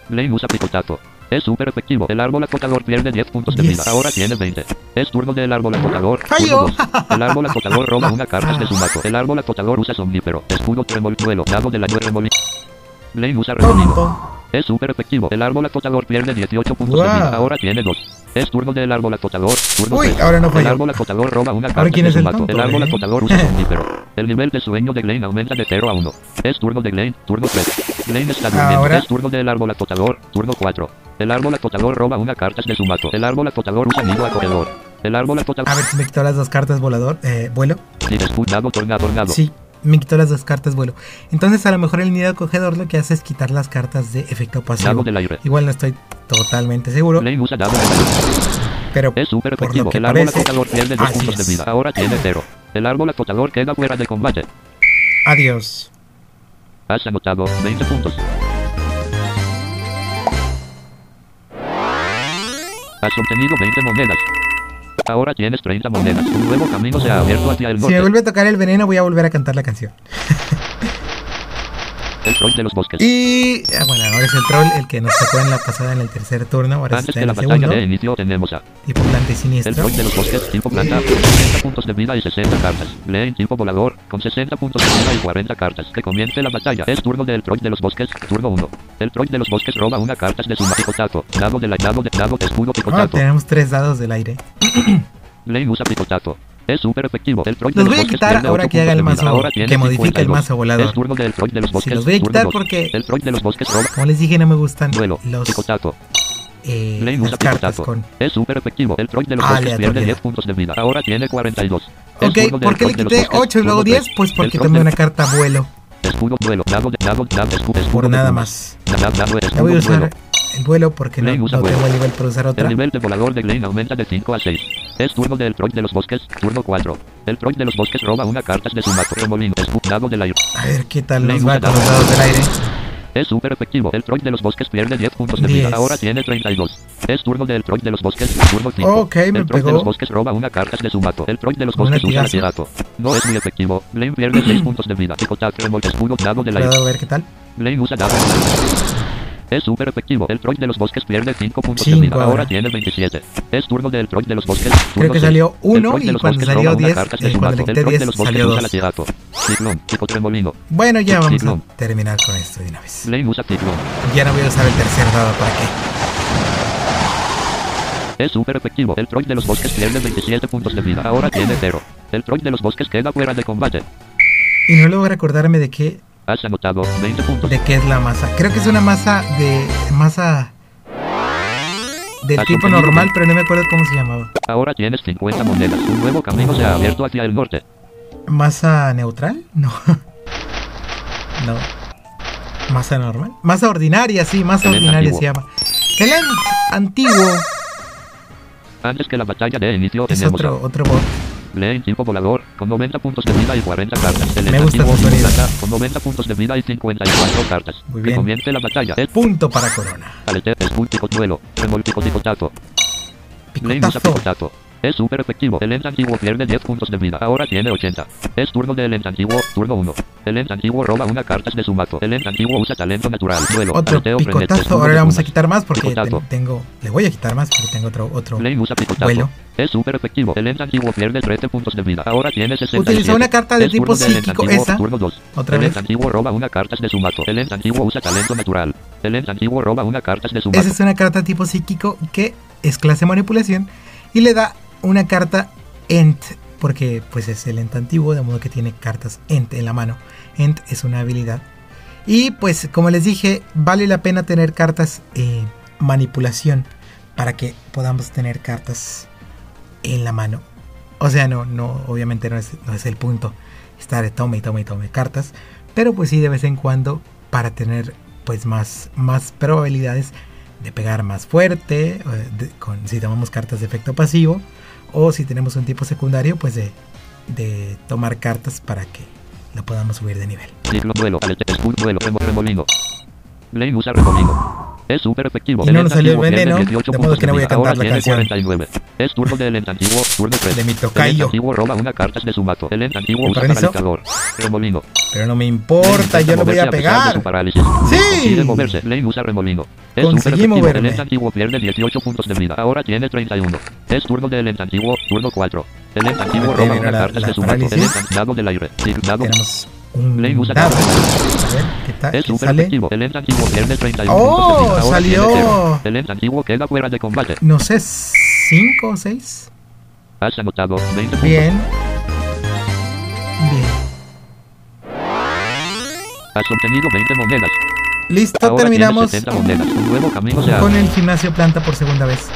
Speaker 3: Blaine usa picotazo. Es súper efectivo. El árbol acotador pierde 10 puntos de vida.
Speaker 1: Yes.
Speaker 3: Ahora tiene 20. Es turno del árbol acotador. turno
Speaker 1: ¡Cayó!
Speaker 3: dos. El árbol acotador roba una carta de su mazo. El árbol acotador usa somnífero. Escudo tremol duelo, dado de la nue- remolino. Blaine usa remolino.
Speaker 1: Tonto.
Speaker 3: Es súper efectivo. El árbol acotador pierde 18 puntos de
Speaker 1: Wow.
Speaker 3: vida. Ahora tiene 2. Es turno del árbol acotador. Turno
Speaker 1: Uy,
Speaker 3: tres.
Speaker 1: ahora no
Speaker 3: El
Speaker 1: falló.
Speaker 3: árbol acotador roba una
Speaker 1: Ahora,
Speaker 3: carta
Speaker 1: ¿quién
Speaker 3: de
Speaker 1: es
Speaker 3: su
Speaker 1: el
Speaker 3: mazo.
Speaker 1: tonto,
Speaker 3: El árbol
Speaker 1: eh?
Speaker 3: acotador usa somnífero. El nivel de sueño de Glenn aumenta de 0 a 1. Es turno de Glenn, turno 3. Glenn está durmiendo.
Speaker 1: Ahora.
Speaker 3: Es turno del árbol acotador, turno 4. El árbol acotador roba una carta de su mazo. El árbol acotador usa nido acotador. El árbol
Speaker 1: A
Speaker 3: acotador.
Speaker 1: ver si me quitó las dos cartas volador, eh, vuelo.
Speaker 3: Si descuidado, torna tornado.
Speaker 1: Sí, me quitó las dos cartas vuelo. Entonces a lo mejor el nido acogedor lo que hace es quitar las cartas de efecto
Speaker 3: Dado
Speaker 1: pasivo.
Speaker 3: del aire.
Speaker 1: Igual no estoy totalmente seguro,
Speaker 3: Glenn usa dado del aire.
Speaker 1: pero
Speaker 3: Es súper
Speaker 1: por lo
Speaker 3: efectivo.
Speaker 1: que
Speaker 3: El árbol
Speaker 1: parece... Ah,
Speaker 3: acotador pierde 2
Speaker 1: así
Speaker 3: puntos de
Speaker 1: es.
Speaker 3: vida. Ahora tiene 0. El árbol acotador queda fuera de combate.
Speaker 1: Adiós.
Speaker 3: Has anotado 20 puntos. Has obtenido 20 monedas. Ahora tienes 30 monedas. Un nuevo camino se ha abierto hacia el
Speaker 1: Si me
Speaker 3: norte.
Speaker 1: vuelve a tocar el veneno, voy a volver a cantar la canción.
Speaker 3: El troll de los bosques.
Speaker 1: Y. ah, bueno, ahora es el troll, el que nos tocó en la pasada, en el tercer turno. Ahora
Speaker 3: Antes
Speaker 1: está
Speaker 3: Ah, que
Speaker 1: en
Speaker 3: la
Speaker 1: el
Speaker 3: batalla
Speaker 1: este segundo.
Speaker 3: de inicio tenemos a
Speaker 1: Tipo planta y
Speaker 3: El
Speaker 1: siniestro.
Speaker 3: troll de los bosques, 5 planta, 60 puntos de vida y 60 cartas. Blaine, tipo volador, con 60 puntos de vida y 40 cartas. Que comience la batalla. Es turno del troll de los bosques, turno 1. El troll de los bosques roba una carta de su picotazo. Dado de la dado de dado de
Speaker 1: Bueno,
Speaker 3: escudo picotazo.
Speaker 1: tenemos tres dados del aire.
Speaker 3: Blaine usa picotazo. Es súper efectivo. El troll de
Speaker 1: Los
Speaker 3: los
Speaker 1: voy a
Speaker 3: bosques
Speaker 1: quitar
Speaker 3: pierde
Speaker 1: ahora
Speaker 3: ocho
Speaker 1: que haga
Speaker 3: puntos
Speaker 1: el
Speaker 3: de vida.
Speaker 1: mazo-
Speaker 3: Ahora tiene
Speaker 1: que modifique el
Speaker 3: 52.
Speaker 1: mazo volador.
Speaker 3: Es turno del troll de los bosques.
Speaker 1: los voy a
Speaker 3: turno
Speaker 1: quitar
Speaker 3: dos.
Speaker 1: porque-
Speaker 3: El troll de los bosques roba.
Speaker 1: Como les dije, no me gustan
Speaker 3: Duelo.
Speaker 1: los,
Speaker 3: Picotazo.
Speaker 1: eh,
Speaker 3: Blaine usa
Speaker 1: las cartas
Speaker 3: picotazo.
Speaker 1: con.
Speaker 3: Es súper efectivo. El troll de los bosques pierde
Speaker 1: Aleatoriedad.
Speaker 3: 10 puntos de vida. Ahora tiene 42. El
Speaker 1: Ok,
Speaker 3: turno del
Speaker 1: ¿por qué
Speaker 3: troll
Speaker 1: le
Speaker 3: de los
Speaker 1: quité
Speaker 3: bosques,
Speaker 1: 8 y luego
Speaker 3: turno
Speaker 1: 10?
Speaker 3: tres.
Speaker 1: Pues porque
Speaker 3: El
Speaker 1: tomé
Speaker 3: troll
Speaker 1: una carta vuelo,
Speaker 3: de- Escudo duelo. Dado de dado dado escudo.
Speaker 1: por
Speaker 3: escudo
Speaker 1: nada
Speaker 3: duelo.
Speaker 1: más.
Speaker 3: Dado, dado,
Speaker 1: Ya
Speaker 3: escudo
Speaker 1: voy a
Speaker 3: duelo.
Speaker 1: usar el vuelo porque no,
Speaker 3: Blaine usa
Speaker 1: no
Speaker 3: vuelo.
Speaker 1: tengo el nivel para usar
Speaker 3: El
Speaker 1: otra.
Speaker 3: nivel de volador de Glein aumenta de 5 a 6. Es turno del troll de los bosques, turno 4. El troll de los bosques roba una carta de su mazo. Remolino, escudo, dado del aire.
Speaker 1: A ver qué tal nos
Speaker 3: Blaine
Speaker 1: va
Speaker 3: usa
Speaker 1: con los
Speaker 3: dados.
Speaker 1: dados del aire.
Speaker 3: Es súper efectivo. El troll de los bosques pierde 10 puntos de vida.
Speaker 1: Diez.
Speaker 3: Ahora tiene 32. Es turno del troll de los bosques, turno 5.
Speaker 1: Ok, me
Speaker 3: el troll
Speaker 1: pegó.
Speaker 3: de los bosques roba una carta de su mato. El troll de los
Speaker 1: Un
Speaker 3: bosques usa
Speaker 1: latigazo.
Speaker 3: gato. No es muy efectivo. Blaine pierde 6 puntos de vida. Picotazo, remolque, escudo, dado del
Speaker 1: Le
Speaker 3: aire.
Speaker 1: voy a ver qué tal.
Speaker 3: Blaine usa dado. Es súper efectivo. El troll de los bosques pierde 5 puntos
Speaker 1: Cinco
Speaker 3: de vida. Ahora
Speaker 1: ahora.
Speaker 3: tiene 27. Es turno del troll de los bosques.
Speaker 1: Creo
Speaker 3: turno
Speaker 1: que
Speaker 3: seis.
Speaker 1: salió
Speaker 3: El
Speaker 1: 1
Speaker 3: troll de
Speaker 1: y
Speaker 3: los
Speaker 1: cuando
Speaker 3: bosques
Speaker 1: salió
Speaker 3: roba una
Speaker 1: 10,
Speaker 3: carta de
Speaker 1: eh,
Speaker 3: su
Speaker 1: cuando le
Speaker 3: mato. El
Speaker 1: quité
Speaker 3: troll de
Speaker 1: 10
Speaker 3: los bosques
Speaker 1: salió
Speaker 3: usa
Speaker 1: 2.
Speaker 3: latigazo. Ciclón, picotrebolino.
Speaker 1: Bueno, ya vamos a
Speaker 3: Ciclón.
Speaker 1: terminar con esto de una vez.
Speaker 3: Blaine usa ciclón.
Speaker 1: Ya no voy a usar el tercer dado para qué.
Speaker 3: Es súper efectivo. El troll de los bosques pierde 27 puntos de vida. Ahora tiene 0. El troll de los bosques queda fuera de combate.
Speaker 1: Y no logro recordarme de qué,
Speaker 3: Has anotado 20 puntos.
Speaker 1: de qué es la masa. Creo que es una masa de masa del
Speaker 3: Al
Speaker 1: tipo
Speaker 3: contenido
Speaker 1: normal,
Speaker 3: de-
Speaker 1: pero no me acuerdo cómo se llamaba.
Speaker 3: Ahora tienes 50 monedas. Un nuevo camino se ha abierto hacia el norte.
Speaker 1: ¿Masa neutral? No. no. ¿Masa normal? Masa ordinaria, sí, masa
Speaker 3: Talent
Speaker 1: ordinaria
Speaker 3: antiguo.
Speaker 1: se llama. Talent antiguo.
Speaker 3: Antes que la batalla de inicio
Speaker 1: Es
Speaker 3: tenemos
Speaker 1: otro, otro bot.
Speaker 3: Blaine tipo volador con 90 puntos de vida y 40 cartas. El
Speaker 1: Me gusta
Speaker 3: negativo
Speaker 1: tu sonido.
Speaker 3: plata, con 90 puntos de vida y 54 cartas.
Speaker 1: Muy
Speaker 3: Que
Speaker 1: bien.
Speaker 3: comience la batalla. Es
Speaker 1: Punto para corona.
Speaker 3: palete, es un duelo. Remoltico picotazo. Blaine usa
Speaker 1: Picotazo.
Speaker 3: picotazo. Es súper efectivo. El ente antiguo pierde 10 puntos de vida. Ahora tiene 80. Es turno del ente antiguo, turno 1. El ente antiguo roba una carta de su mazo. El ente antiguo usa talento natural. Duelo.
Speaker 1: Otro
Speaker 3: aleteo, prende,
Speaker 1: picotazo.
Speaker 3: escudo
Speaker 1: Ahora
Speaker 3: de
Speaker 1: le vamos a
Speaker 3: plumas.
Speaker 1: quitar más porque
Speaker 3: Picotazo.
Speaker 1: ten- tengo. Le voy a quitar más porque tengo otro. otro.
Speaker 3: Blaine usa picotazo.
Speaker 1: Vuelo.
Speaker 3: Es súper efectivo. El ente antiguo pierde 13 puntos de vida. Ahora tiene 60.
Speaker 1: Utilizó una carta de
Speaker 3: Es turno
Speaker 1: tipo
Speaker 3: del ente
Speaker 1: psíquico,
Speaker 3: antiguo,
Speaker 1: esa.
Speaker 3: Turno 2.
Speaker 1: Otra
Speaker 3: el
Speaker 1: vez.
Speaker 3: ente antiguo roba una carta de su mazo. El ente antiguo usa talento natural. El ente antiguo roba una carta de su mazo.
Speaker 1: Esa es una carta tipo psíquico que es clase manipulación y le da una carta ent, porque pues es el ent antiguo, de modo que tiene cartas ent en la mano. Ent es una habilidad. Y pues como les dije, vale la pena tener cartas eh, manipulación para que podamos tener cartas en la mano. O sea, no, no, obviamente no es, no es el punto estar de tome y tome y tome cartas, pero pues sí de vez en cuando para tener pues más, más probabilidades de pegar más fuerte, eh, de- con, si tomamos cartas de efecto pasivo, o si tenemos un tipo secundario, pues de, de tomar cartas para que lo podamos subir de nivel.
Speaker 3: Ciclo duelo, alete, escudo duelo, remo, remolino. Blaine usa remolino. Es súper efectivo.
Speaker 1: Y no nos
Speaker 3: ente
Speaker 1: salió el
Speaker 3: antiguo pierde
Speaker 1: veneno,
Speaker 3: 18
Speaker 1: de modo
Speaker 3: puntos
Speaker 1: que no voy a
Speaker 3: vida.
Speaker 1: cantar
Speaker 3: Ahora
Speaker 1: la
Speaker 3: tiene
Speaker 1: canción.
Speaker 3: 49. Es turno del ente antiguo, turno 3.
Speaker 1: De mi
Speaker 3: El ente
Speaker 1: tocayo.
Speaker 3: antiguo roba una carta de su mazo. El ente antiguo
Speaker 1: ¿Me
Speaker 3: usa
Speaker 1: paralizó?
Speaker 3: paralizador. Remolino.
Speaker 1: Pero no me
Speaker 3: Blaine
Speaker 1: importa,
Speaker 3: intenta
Speaker 1: yo lo voy
Speaker 3: moverse
Speaker 1: a
Speaker 3: pesar de su
Speaker 1: pegar.
Speaker 3: parálisis.
Speaker 1: ¡Sí!
Speaker 3: Consigue moverse. Blaine usa remolino.
Speaker 1: Conseguí
Speaker 3: Es súper efectivo. El
Speaker 1: moverme.
Speaker 3: ente antiguo pierde 18 puntos de vida. Ahora tiene 31. Es turno del ente antiguo, turno 4. El ente antiguo roba
Speaker 1: Tiene
Speaker 3: una
Speaker 1: la-
Speaker 3: carta
Speaker 1: Eh, la
Speaker 3: de su mazo. El
Speaker 1: parálisis.
Speaker 3: ente dado del aire. Dado
Speaker 1: Tenemos un
Speaker 3: Blaine usa
Speaker 1: dado.
Speaker 3: cartas.
Speaker 1: A ver, ¿qué tal?
Speaker 3: es
Speaker 1: ¿Qué
Speaker 3: súper
Speaker 1: sale?
Speaker 3: efectivo. El ente antiguo pierde 31
Speaker 1: ¡Oh!
Speaker 3: puntos de vida. Ahora tiene
Speaker 1: ¡Salió!
Speaker 3: cero. El ente antiguo queda fuera de combate.
Speaker 1: No sé, 5 o 6.
Speaker 3: Has anotado 20 puntos.
Speaker 1: Bien. Bien.
Speaker 3: Has obtenido 20 monedas.
Speaker 1: Listo,
Speaker 3: Ahora
Speaker 1: terminamos
Speaker 3: tienes 70 monedas. Un nuevo camino se
Speaker 1: con
Speaker 3: abre.
Speaker 1: el gimnasio planta por segunda vez.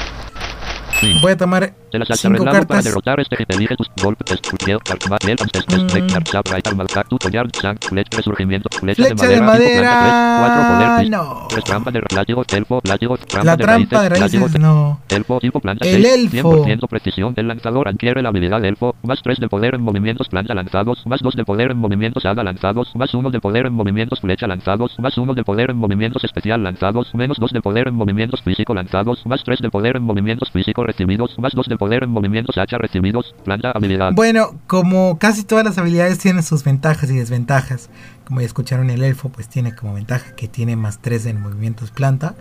Speaker 3: Sí.
Speaker 1: Voy a tomar
Speaker 3: Te las has
Speaker 1: cinco
Speaker 3: arreglado para
Speaker 1: cartas.
Speaker 3: derrotar este que te elige tus golpes. Cuchillo, cartma, piel, antes, test,
Speaker 1: Mm.
Speaker 3: tec, tar, sab, right, arma, cactus, collar, sang, flecha, resurgimiento, flecha,
Speaker 1: Flecha de
Speaker 3: de
Speaker 1: madera.
Speaker 3: madera. tipo planta, tres, cuatro, poder, bis-
Speaker 1: no.
Speaker 3: tres, trampa de látigo, elfo, látigo, trampa
Speaker 1: La
Speaker 3: de
Speaker 1: trampa de raíces,
Speaker 3: látigo,
Speaker 1: no.
Speaker 3: Elfo, tipo planta
Speaker 1: El
Speaker 3: 6,
Speaker 1: elfo.
Speaker 3: 100% precisión. El lanzador adquiere la habilidad elfo, más 3 de poder en movimientos planta lanzados, más 2 de poder en movimientos hada lanzados, más 1 de poder en movimientos flecha lanzados, más 1 de poder en movimientos especial lanzados, menos 2 de poder en movimientos físico lanzados, más 3 de poder en movimientos físico recibidos, más 2 de poder en movimientos hacha recibidos, planta habilidad.
Speaker 1: Bueno, como casi todas las habilidades tienen sus ventajas y desventajas. Como ya escucharon, el elfo pues tiene como ventaja que tiene más 3 en movimientos planta,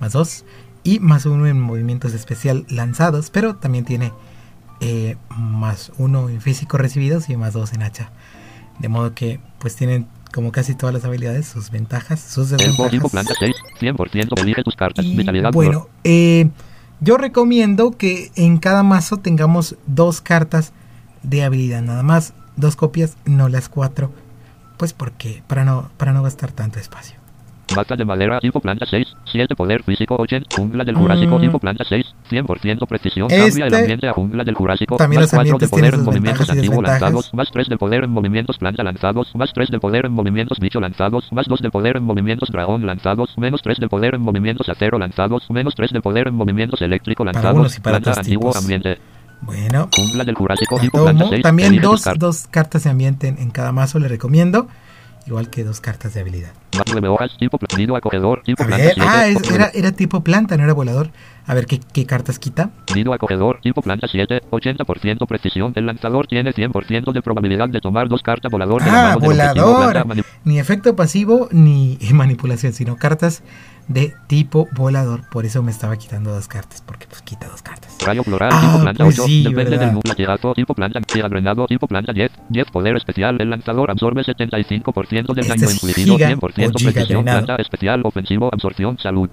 Speaker 1: más 2, y más 1 en movimientos especial lanzados, pero también tiene eh, más 1 en físico recibidos y más 2 en hacha. De modo que pues tienen como casi todas las habilidades, sus ventajas, sus
Speaker 3: Elfo tipo planta
Speaker 1: desventajas.
Speaker 3: 6, 100% elige tus cartas.
Speaker 1: Y,
Speaker 3: Vitalidad
Speaker 1: bueno, eh, yo recomiendo que en cada mazo tengamos dos cartas de habilidad, nada más dos copias, no las cuatro, pues porque para no para no gastar tanto espacio.
Speaker 3: Vaca de madera tipo planta 6, 7 poder físico 80, jungla del Jurásico
Speaker 1: Mm.
Speaker 3: tipo planta 6, 100% precisión, cambia el
Speaker 1: Este-
Speaker 3: ambiente a jungla del Jurásico,
Speaker 1: También los
Speaker 3: más 4 de
Speaker 1: ambientes tienen
Speaker 3: poder en
Speaker 1: sus
Speaker 3: movimientos
Speaker 1: ventajas y
Speaker 3: antiguos
Speaker 1: desventajas.
Speaker 3: lanzados, más 3 de poder en movimientos planta lanzados, más 3 de poder en movimientos bicho lanzados, más 2 de poder en movimientos dragón lanzados, menos 3 de poder en movimientos acero lanzados, menos 3s de poder en movimientos eléctrico
Speaker 1: Para
Speaker 3: lanzados,
Speaker 1: unos y para
Speaker 3: planta
Speaker 1: otros
Speaker 3: antiguo
Speaker 1: tipos.
Speaker 3: ambiente,
Speaker 1: Bueno,
Speaker 3: jungla del Jurásico
Speaker 1: la
Speaker 3: tipo planta
Speaker 1: tomo.
Speaker 3: 6,
Speaker 1: También
Speaker 3: elige tus
Speaker 1: dos,
Speaker 3: cartas.
Speaker 1: dos cartas de ambiente en, en cada mazo le recomiendo, igual que dos cartas de habilidad.
Speaker 3: Más nueve hojas, tipo platino acogedor, tipo
Speaker 1: A
Speaker 3: planta
Speaker 1: ver,
Speaker 3: siete,
Speaker 1: ah, es-
Speaker 3: octubre.
Speaker 1: era, era tipo planta, no era volador. A ver qué, qué cartas quita.
Speaker 3: Nido acogedor, tipo planta 7, 80% precisión. El lanzador tiene 100% de probabilidad de tomar dos cartas volador de la
Speaker 1: Ah,
Speaker 3: mano del objetivo.
Speaker 1: volador.
Speaker 3: Planta mani-
Speaker 1: Ni efecto pasivo ni manipulación, sino cartas de tipo volador. Por eso me estaba quitando dos cartas, porque pues quita dos cartas.
Speaker 3: Rayo floral,
Speaker 1: Ah,
Speaker 3: tipo planta
Speaker 1: pues
Speaker 3: 8,
Speaker 1: sí,
Speaker 3: depende
Speaker 1: ¿verdad?
Speaker 3: del número llegado, tipo planta tira drenado, tipo planta 10, 10 poder especial, el lanzador absorbe 75% del
Speaker 1: Este
Speaker 3: daño
Speaker 1: es
Speaker 3: infligido,
Speaker 1: giga
Speaker 3: 100%
Speaker 1: o giga
Speaker 3: precisión,
Speaker 1: drenado.
Speaker 3: planta especial, ofensivo, absorción, salud.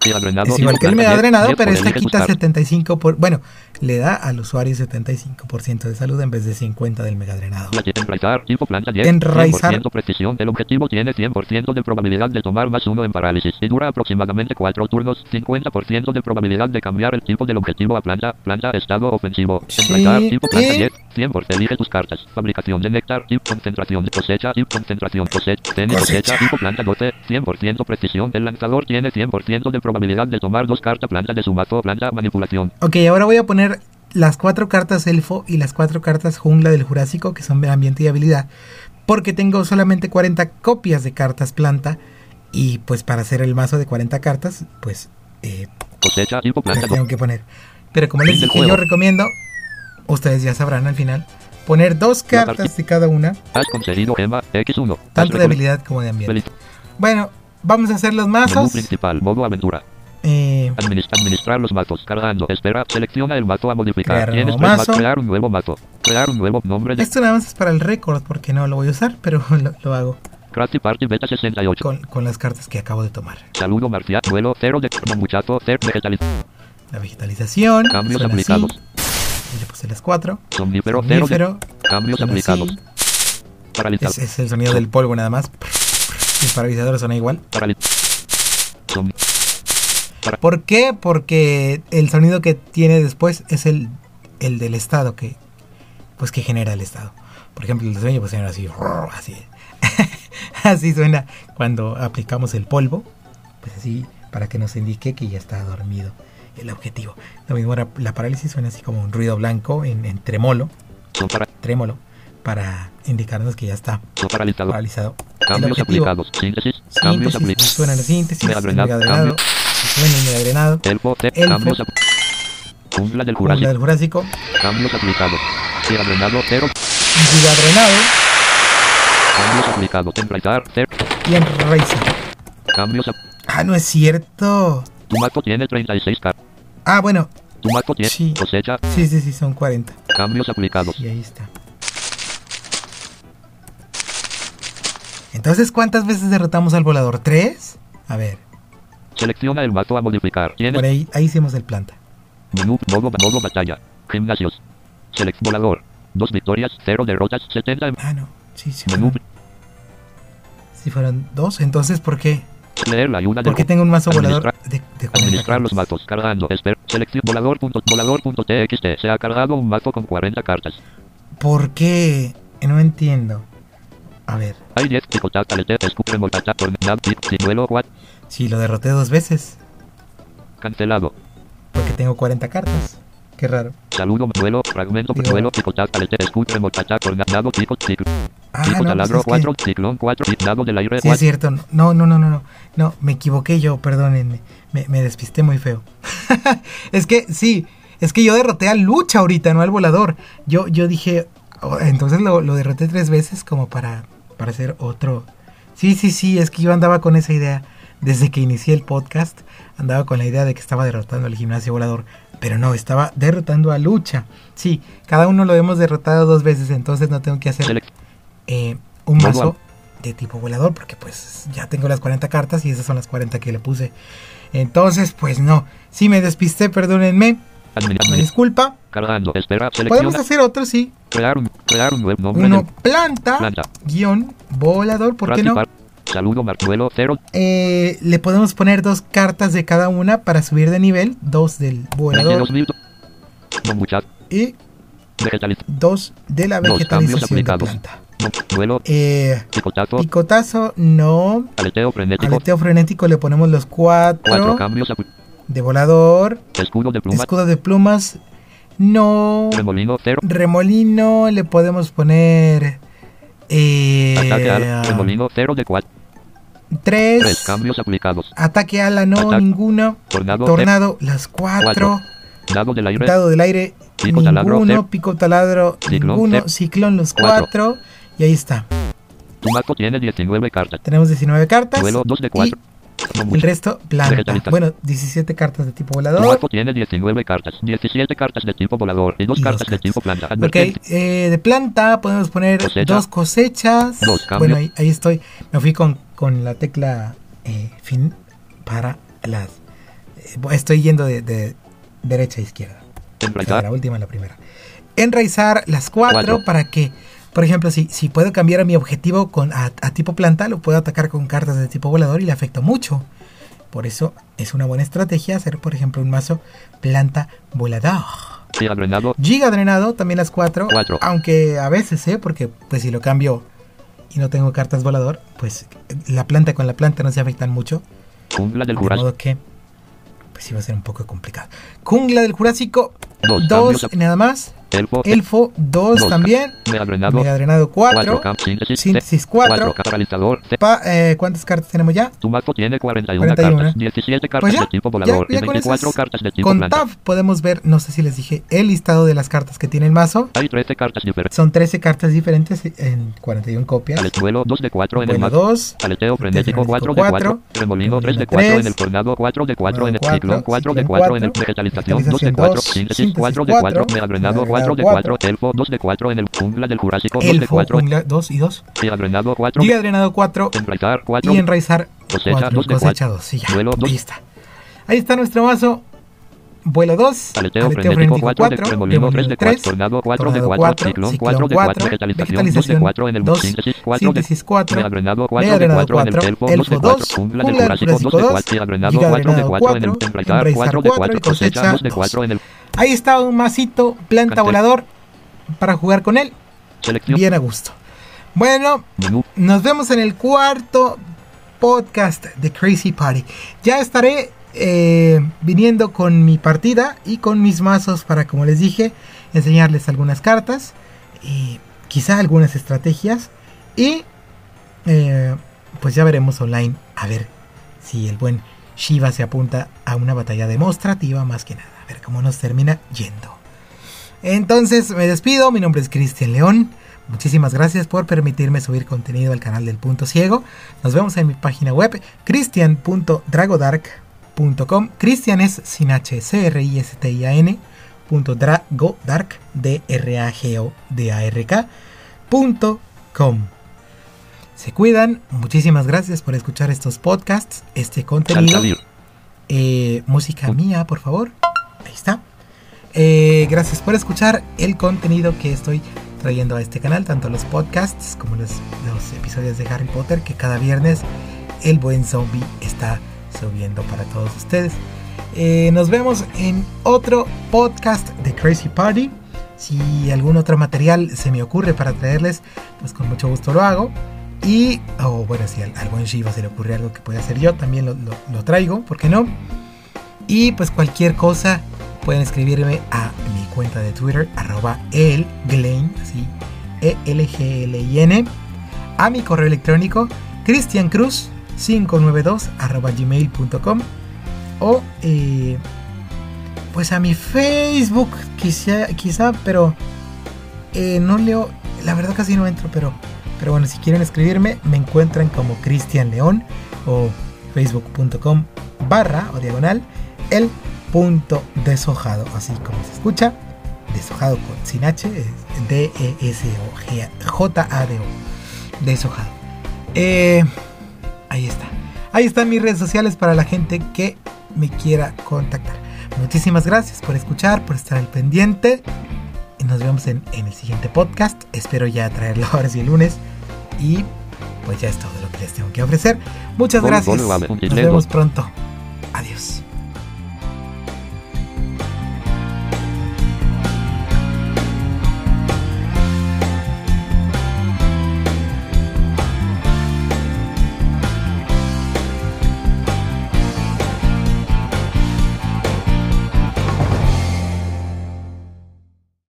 Speaker 3: Tira drenado,
Speaker 1: Es igual
Speaker 3: tipo
Speaker 1: que el
Speaker 3: planta
Speaker 1: me da
Speaker 3: 10,
Speaker 1: drenado,
Speaker 3: 10
Speaker 1: pero
Speaker 3: poder
Speaker 1: esta
Speaker 3: elige tus
Speaker 1: quita
Speaker 3: cartas.
Speaker 1: 75%. Por, bueno, le da al usuario 75% de salud en vez de 50% del mega drenado.
Speaker 3: Plata- Enraizar, tipo planta 10,
Speaker 1: Enraizar.
Speaker 3: 100% precisión. El objetivo tiene 100% de probabilidad de tomar más uno en parálisis y dura aproximadamente 4 turnos. 50% de probabilidad de cambiar el tipo del objetivo a planta, planta, estado ofensivo.
Speaker 1: Sí,
Speaker 3: Enraizar, tipo planta
Speaker 1: ¿eh?
Speaker 3: 10, 100%. Elige tus cartas. Fabricación de néctar, tipo concentración, cosecha, tipo concentración, cosecha, tiene cosecha, tipo planta 12, 100% precisión. El lanzador tiene 100% de probabilidad de tomar dos cartas planta de su mazo, planta, manipulación.
Speaker 1: Ok, ahora voy a poner las cuatro cartas elfo y las cuatro cartas jungla del Jurásico, que son de ambiente y habilidad, porque tengo solamente 40 copias de cartas planta. Y pues para hacer el mazo de 40 cartas, pues eh,
Speaker 3: Cosecha, tipo planta
Speaker 1: las
Speaker 3: 12.
Speaker 1: tengo que poner. Pero como
Speaker 3: Fin
Speaker 1: les
Speaker 3: del
Speaker 1: dije, yo
Speaker 3: juego.
Speaker 1: recomiendo, ustedes ya sabrán al final, poner dos
Speaker 3: La
Speaker 1: cartas de cada una,
Speaker 3: Has conseguido gema, X1. Has
Speaker 1: tanto de
Speaker 3: recole-
Speaker 1: habilidad como de ambiente.
Speaker 3: feliz-
Speaker 1: Bueno, vamos a hacer los
Speaker 3: Menú
Speaker 1: mazos.
Speaker 3: principal, modo aventura.
Speaker 1: Eh,
Speaker 3: Adminis- administrar los mazos. Cargando. Espera. Selecciona el mazo a modificar.
Speaker 1: Crear
Speaker 3: Tienes
Speaker 1: nuevo
Speaker 3: tres ma-
Speaker 1: mazo.
Speaker 3: Crear un nuevo mazo. Crear un nuevo nombre de
Speaker 1: esto nada más es para el récord, porque no lo voy a usar, pero lo, lo hago
Speaker 3: Crafty Party Beta 68.
Speaker 1: con, con las cartas que acabo de tomar.
Speaker 3: Saludo marcial. Vuelo. Cero de como muchacho. Cero vegetaliz.
Speaker 1: La vegetalización,
Speaker 3: Cambios
Speaker 1: suena así.
Speaker 3: aplicados.
Speaker 1: Yo le puse las cuatro.
Speaker 3: Somnífero. Cero de
Speaker 1: Somnífero,
Speaker 3: cambios
Speaker 1: suena así.
Speaker 3: aplicados. Paralizado.
Speaker 1: Es, es el sonido del polvo nada más. El paralizador suena igual.
Speaker 3: Paralizado. Som-
Speaker 1: ¿Por qué? Porque el sonido que tiene después es el, el del estado que pues que genera el estado. Por ejemplo, el de sueño pues suena así, así. así suena cuando aplicamos el polvo, pues así para que nos indique que ya está dormido el objetivo. Lo mismo la, la parálisis suena así como un ruido blanco en, en tremolo,
Speaker 3: som- para-
Speaker 1: trémolo para indicarnos que ya está
Speaker 3: som- Paralizado.
Speaker 1: paralizado el
Speaker 3: Cambios
Speaker 1: objetivo.
Speaker 3: aplicados. Síntesis. Cambios
Speaker 1: Síntesis,
Speaker 3: aplicados.
Speaker 1: suena la síntesis,
Speaker 3: Mega
Speaker 1: el mega
Speaker 3: drenado,
Speaker 1: drenado,
Speaker 3: cambio.
Speaker 1: suena el mega drenado.
Speaker 3: Elfo. ce-
Speaker 1: Elfo.
Speaker 3: Cambios aplicados. Jungla del
Speaker 1: Como la
Speaker 3: Jurásico.
Speaker 1: del Jurásico,
Speaker 3: Cambios aplicados. Tierra drenado. Cero.
Speaker 1: Giga Drenado
Speaker 3: Cambios aplicados. Templatar. Cero.
Speaker 1: y Enraizar.
Speaker 3: Cambios ap-
Speaker 1: Ah, no es cierto.
Speaker 3: Tu mazo tiene 36 cartas.
Speaker 1: Ah, bueno,
Speaker 3: Tu mazo tiene
Speaker 1: Sí.
Speaker 3: cosecha.
Speaker 1: sí, sí, sí, son 40.
Speaker 3: Cambios aplicados.
Speaker 1: Y ahí está. Entonces, ¿cuántas veces derrotamos al volador? ¿Tres? A ver,
Speaker 3: Selecciona el mazo a modificar.
Speaker 1: por e-
Speaker 3: Tienes
Speaker 1: ahí, ahí hicimos el planta.
Speaker 3: menú, modo, modo batalla. Gimnasios. Select volador. Dos victorias, cero derrotas, 70 en
Speaker 1: Ah, no. Sí, sí.
Speaker 3: menú.
Speaker 1: Fueron, sí fueron dos. Entonces, ¿por qué?
Speaker 3: Leer la ayuda del
Speaker 1: ¿Por qué tengo un mazo volador
Speaker 3: Administrar-
Speaker 1: de, de 40
Speaker 3: Administrar los
Speaker 1: cartas?
Speaker 3: mazos. Cargando. Espera. Selección volador. punto- volador punto txt. Se ha cargado un mazo con 40 cartas.
Speaker 1: ¿Por qué? No entiendo. A ver,
Speaker 3: Hay 10 picotas. Calete. Escupe. Mortata. Tornado. Pic. Sinuelo. What.
Speaker 1: sí, lo derroté dos veces.
Speaker 3: Cancelado.
Speaker 1: Porque tengo 40 cartas. Qué raro.
Speaker 3: Saludo. Vuelo. Fragmento.
Speaker 1: Digo-
Speaker 3: Vuelo. Picotas. Calete. Escupe. Mortata. Tornado. Pico. Ciclo.
Speaker 1: Ah,
Speaker 3: Pico
Speaker 1: no, pues
Speaker 3: taladro
Speaker 1: es que-
Speaker 3: 4, ciclón 4, dado del aire
Speaker 1: Sí, es
Speaker 3: 4,
Speaker 1: cierto. No, no, no, no, no. No, me equivoqué yo, perdónenme. Me, me despisté muy feo. es que sí, Es que yo derroté a Lucha ahorita, no al volador. Yo, yo dije, oh, entonces lo, lo derroté tres veces como para, para hacer otro. Sí, sí, sí, es que yo andaba con esa idea. Desde que inicié el podcast, andaba con la idea de que estaba derrotando al gimnasio volador. Pero no, estaba derrotando a Lucha. Sí, cada uno lo hemos derrotado dos veces, entonces no tengo que hacer
Speaker 3: Select.
Speaker 1: eh, un
Speaker 3: Volador.
Speaker 1: mazo de tipo volador, porque pues ya tengo las 40 cartas y esas son las 40 que le puse. Entonces, pues no. Si me despisté, perdónenme.
Speaker 3: Admin-
Speaker 1: Me
Speaker 3: admin-
Speaker 1: disculpa.
Speaker 3: Cargando. Espera.
Speaker 1: Podemos
Speaker 3: Selecciona.
Speaker 1: hacer otro, sí.
Speaker 3: Crear un, crear un nuevo nombre.
Speaker 1: Uno,
Speaker 3: de-
Speaker 1: planta,
Speaker 3: Planta.
Speaker 1: guión, volador, ¿por qué no?
Speaker 3: Practicar. Saludo Martuelo. Cero.
Speaker 1: Eh, le podemos poner dos cartas de cada una para subir de nivel. Dos del
Speaker 3: Desde
Speaker 1: volador
Speaker 3: 2000. No muchas.
Speaker 1: y
Speaker 3: Vegetaliz.
Speaker 1: dos de la
Speaker 3: Los cambios
Speaker 1: vegetalización de
Speaker 3: aplicados.
Speaker 1: planta.
Speaker 3: No- Duelo.
Speaker 1: Eh,
Speaker 3: Picotazo.
Speaker 1: picotazo, no.
Speaker 3: Aleteo frenético.
Speaker 1: Aleteo frenético le ponemos los
Speaker 3: Cuatro
Speaker 1: cuatro.
Speaker 3: cambios. acu-
Speaker 1: De volador.
Speaker 3: Escudo de pluma.
Speaker 1: Escudo de plumas, no.
Speaker 3: Remolino. Cero.
Speaker 1: Remolino le podemos poner... Eh,
Speaker 3: Ataque al remolino. Cero de cuatro.
Speaker 1: tres.
Speaker 3: Tres cambios aplicados.
Speaker 1: Ataque ala, no,
Speaker 3: Ataque.
Speaker 1: ninguno.
Speaker 3: Tornado. Cero.
Speaker 1: Tornado, las cuatro.
Speaker 3: Cuatro. Dado del aire.
Speaker 1: Dado del aire,
Speaker 3: Pico taladro,
Speaker 1: ninguno.
Speaker 3: cero.
Speaker 1: Pico taladro,
Speaker 3: Ciclón,
Speaker 1: ninguno.
Speaker 3: cero.
Speaker 1: Ciclón, los
Speaker 3: Cuatro.
Speaker 1: cuatro. Y ahí está.
Speaker 3: Tu mazo tiene 19 cartas.
Speaker 1: Tenemos 19 cartas.
Speaker 3: Duelo dos de
Speaker 1: y
Speaker 3: cuatro. No
Speaker 1: el
Speaker 3: muchas.
Speaker 1: resto, planta.
Speaker 3: Vegetalista.
Speaker 1: Bueno, 17 cartas de tipo
Speaker 3: Tu
Speaker 1: volador.
Speaker 3: mazo tiene 19 cartas. 17 cartas de tipo volador y dos
Speaker 1: Y dos
Speaker 3: cartas de
Speaker 1: cartas.
Speaker 3: tipo planta.
Speaker 1: Ok,
Speaker 3: Advertencia.
Speaker 1: eh, de planta podemos poner
Speaker 3: Cosecha.
Speaker 1: dos cosechas.
Speaker 3: Dos cambios.
Speaker 1: bueno, ahí, ahí estoy. Me fui con, con la tecla eh, fin para las... eh, estoy yendo de, de derecha a izquierda. O sea, de
Speaker 3: Enraizar.
Speaker 1: la última a la primera. Enraizar las cuatro,
Speaker 3: Cuatro.
Speaker 1: para que, por ejemplo, si, si puedo cambiar a mi objetivo con, a, a tipo planta, lo puedo atacar con cartas de tipo volador y le afecto mucho. Por eso es una buena estrategia hacer, por ejemplo, un mazo planta volador.
Speaker 3: Tira drenado.
Speaker 1: Giga drenado, también las 4.
Speaker 3: Cuatro.
Speaker 1: Aunque a veces, ¿eh? Porque pues si lo cambio y no tengo cartas volador, pues la planta con la planta no se afectan mucho.
Speaker 3: Jungla del
Speaker 1: De
Speaker 3: Jurásico.
Speaker 1: modo que pues iba a ser un poco complicado. Kungla del Jurásico,
Speaker 3: Dos. cambios
Speaker 1: 2 nada más.
Speaker 3: a- Elfo.
Speaker 1: Elfo, 2
Speaker 3: Dos.
Speaker 1: también.
Speaker 3: Mega drenado.
Speaker 1: Mega drenado, 4.
Speaker 3: Cuatro. cam- Síntesis. C-
Speaker 1: Síntesis,
Speaker 3: Cuatro.
Speaker 1: 4.
Speaker 3: Catalizador. C-
Speaker 1: ¿Cuántas cartas tenemos ya?
Speaker 3: Tu mazo tiene 41,
Speaker 1: 41.
Speaker 3: cartas. 17 cartas
Speaker 1: Pues ya,
Speaker 3: de tipo
Speaker 1: ya-
Speaker 3: volador
Speaker 1: ya
Speaker 3: y
Speaker 1: con
Speaker 3: 24
Speaker 1: esas-
Speaker 3: cartas de tipo
Speaker 1: Con
Speaker 3: planta.
Speaker 1: Tab podemos ver, no sé si les dije, el listado de las cartas que tiene el mazo.
Speaker 3: Hay 13 cartas diferentes.
Speaker 1: Son 13 cartas diferentes en 41 copias.
Speaker 3: Al duelo 2 de 4 en el
Speaker 1: Bueno,
Speaker 3: mazo.
Speaker 1: dos.
Speaker 3: Aleteo frenético
Speaker 1: frenético
Speaker 3: 4 de 4,
Speaker 1: cuatro,
Speaker 3: remolino 3 de
Speaker 1: remolino
Speaker 3: 4 en
Speaker 1: tres,
Speaker 3: el tornado 4 de 4 en el
Speaker 1: cuatro,
Speaker 3: ciclón 4 de
Speaker 1: ciclón
Speaker 3: 4 en el
Speaker 1: cuatro,
Speaker 3: vegetalización 2 de
Speaker 1: vegetalización
Speaker 3: 4,
Speaker 1: dos,
Speaker 3: síntesis
Speaker 1: síntesis
Speaker 3: 4 de
Speaker 1: cuatro,
Speaker 3: 4, meagrenado
Speaker 1: meagrenado
Speaker 3: 4 de
Speaker 1: cuatro,
Speaker 3: 4, elfo 2 de 4 en el jungla del jurásico 2 de
Speaker 1: Elfo,
Speaker 3: 4,
Speaker 1: jungla, 2 y 2.
Speaker 3: meagrenado 4,
Speaker 1: Liga drenado 4
Speaker 3: enraizar 4,
Speaker 1: y enraizar
Speaker 3: Cosecha,
Speaker 1: 4.
Speaker 3: dos de
Speaker 1: Cosecha 2. Y ya.
Speaker 3: Vuelo, dos.
Speaker 1: Ahí está. Ahí está nuestro mazo. Vuelo 2.
Speaker 3: aleteo frenético 4 de remolino 3 de 4,
Speaker 1: Tornado
Speaker 3: tornado 4 de 4,
Speaker 1: 4,
Speaker 3: ciclón
Speaker 1: ciclón
Speaker 3: 4 de 4,
Speaker 1: cuatro,
Speaker 3: vegetalización 2 de
Speaker 1: vegetalización
Speaker 3: 4 en el
Speaker 1: dos,
Speaker 3: síntesis 4 de
Speaker 1: Síntesis 4.
Speaker 3: Meagrenado 4
Speaker 1: Mega
Speaker 3: de
Speaker 1: drenado
Speaker 3: 4 en el
Speaker 1: 4.
Speaker 3: elfo 2 de
Speaker 1: Elfo
Speaker 3: 4,
Speaker 1: 2.
Speaker 3: jungla del
Speaker 1: jungla del
Speaker 3: jurásico 2 de
Speaker 1: Jurásico
Speaker 3: 4,
Speaker 1: dos,
Speaker 3: meagrenado
Speaker 1: Giga
Speaker 3: 4 de
Speaker 1: drenado
Speaker 3: 4 en el
Speaker 1: cuatro,
Speaker 3: enraizar
Speaker 1: enraizar
Speaker 3: 4 de
Speaker 1: cuatro
Speaker 3: 4,
Speaker 1: y
Speaker 3: cosecha
Speaker 1: cosecha
Speaker 3: 2 de
Speaker 1: dos.
Speaker 3: 4 en el
Speaker 1: Ahí está un macito planta
Speaker 3: Cante.
Speaker 1: volador para jugar con él.
Speaker 3: selección
Speaker 1: Bien a gusto. Bueno,
Speaker 3: menú
Speaker 1: Nos vemos en el cuarto podcast de Crazy Party. Ya estaré eh, viniendo con mi partida y con mis mazos para, como les dije, enseñarles algunas cartas y quizá algunas estrategias. Y eh, pues ya veremos online a ver si el buen Shiva se apunta a una batalla demostrativa más que nada. A ver cómo nos termina yendo. Entonces me despido, mi nombre es Cristian León. Muchísimas gracias por permitirme subir contenido al canal del Punto Ciego. Nos vemos en mi página web cristian.dragodark.com. Cristian es sin H, C R I S T I A N. punto dragodark, D R A G O D A R K. punto com. Se cuidan, muchísimas gracias por escuchar estos podcasts, este
Speaker 3: al
Speaker 1: contenido.
Speaker 3: salir
Speaker 1: Eh, música mía, por favor. Ahí está. Eh, gracias por escuchar el contenido que estoy trayendo a este canal, tanto los podcasts como los, los episodios de Harry Potter que cada viernes el buen zombie está subiendo para todos ustedes. Eh, nos vemos en otro podcast de Crazy Party. Si algún otro material se me ocurre para traerles, pues con mucho gusto lo hago. Y, o bueno, si al, al buen Shiva se le ocurre algo que pueda hacer yo, también lo, lo- lo traigo, ¿por qué no? Y pues cualquier cosa pueden escribirme a mi cuenta de Twitter, arroba elglein, así, E E-L-G-L-I-N, a mi correo electrónico, cristiancruz592 arroba gmail.com o eh, pues a mi Facebook, quizá, quizá pero eh, no leo, la verdad casi no entro, pero, pero bueno, si quieren escribirme, me encuentran como Cristian León o facebook.com barra o diagonal el punto deshojado, así como se escucha, deshojado con, sin H, es E D-E-S-O-J-A-D-O, deshojado. Eh, ahí está. Ahí están mis redes sociales para la gente que me quiera contactar. Muchísimas gracias por escuchar, por estar al pendiente. Y nos vemos en, en el siguiente podcast. Espero ya traerlo ahora sí el lunes. Y pues ya es todo lo que les tengo que ofrecer. Muchas
Speaker 3: Bolu,
Speaker 1: gracias.
Speaker 3: bolu, vale.
Speaker 1: Nos vemos pronto. Adiós.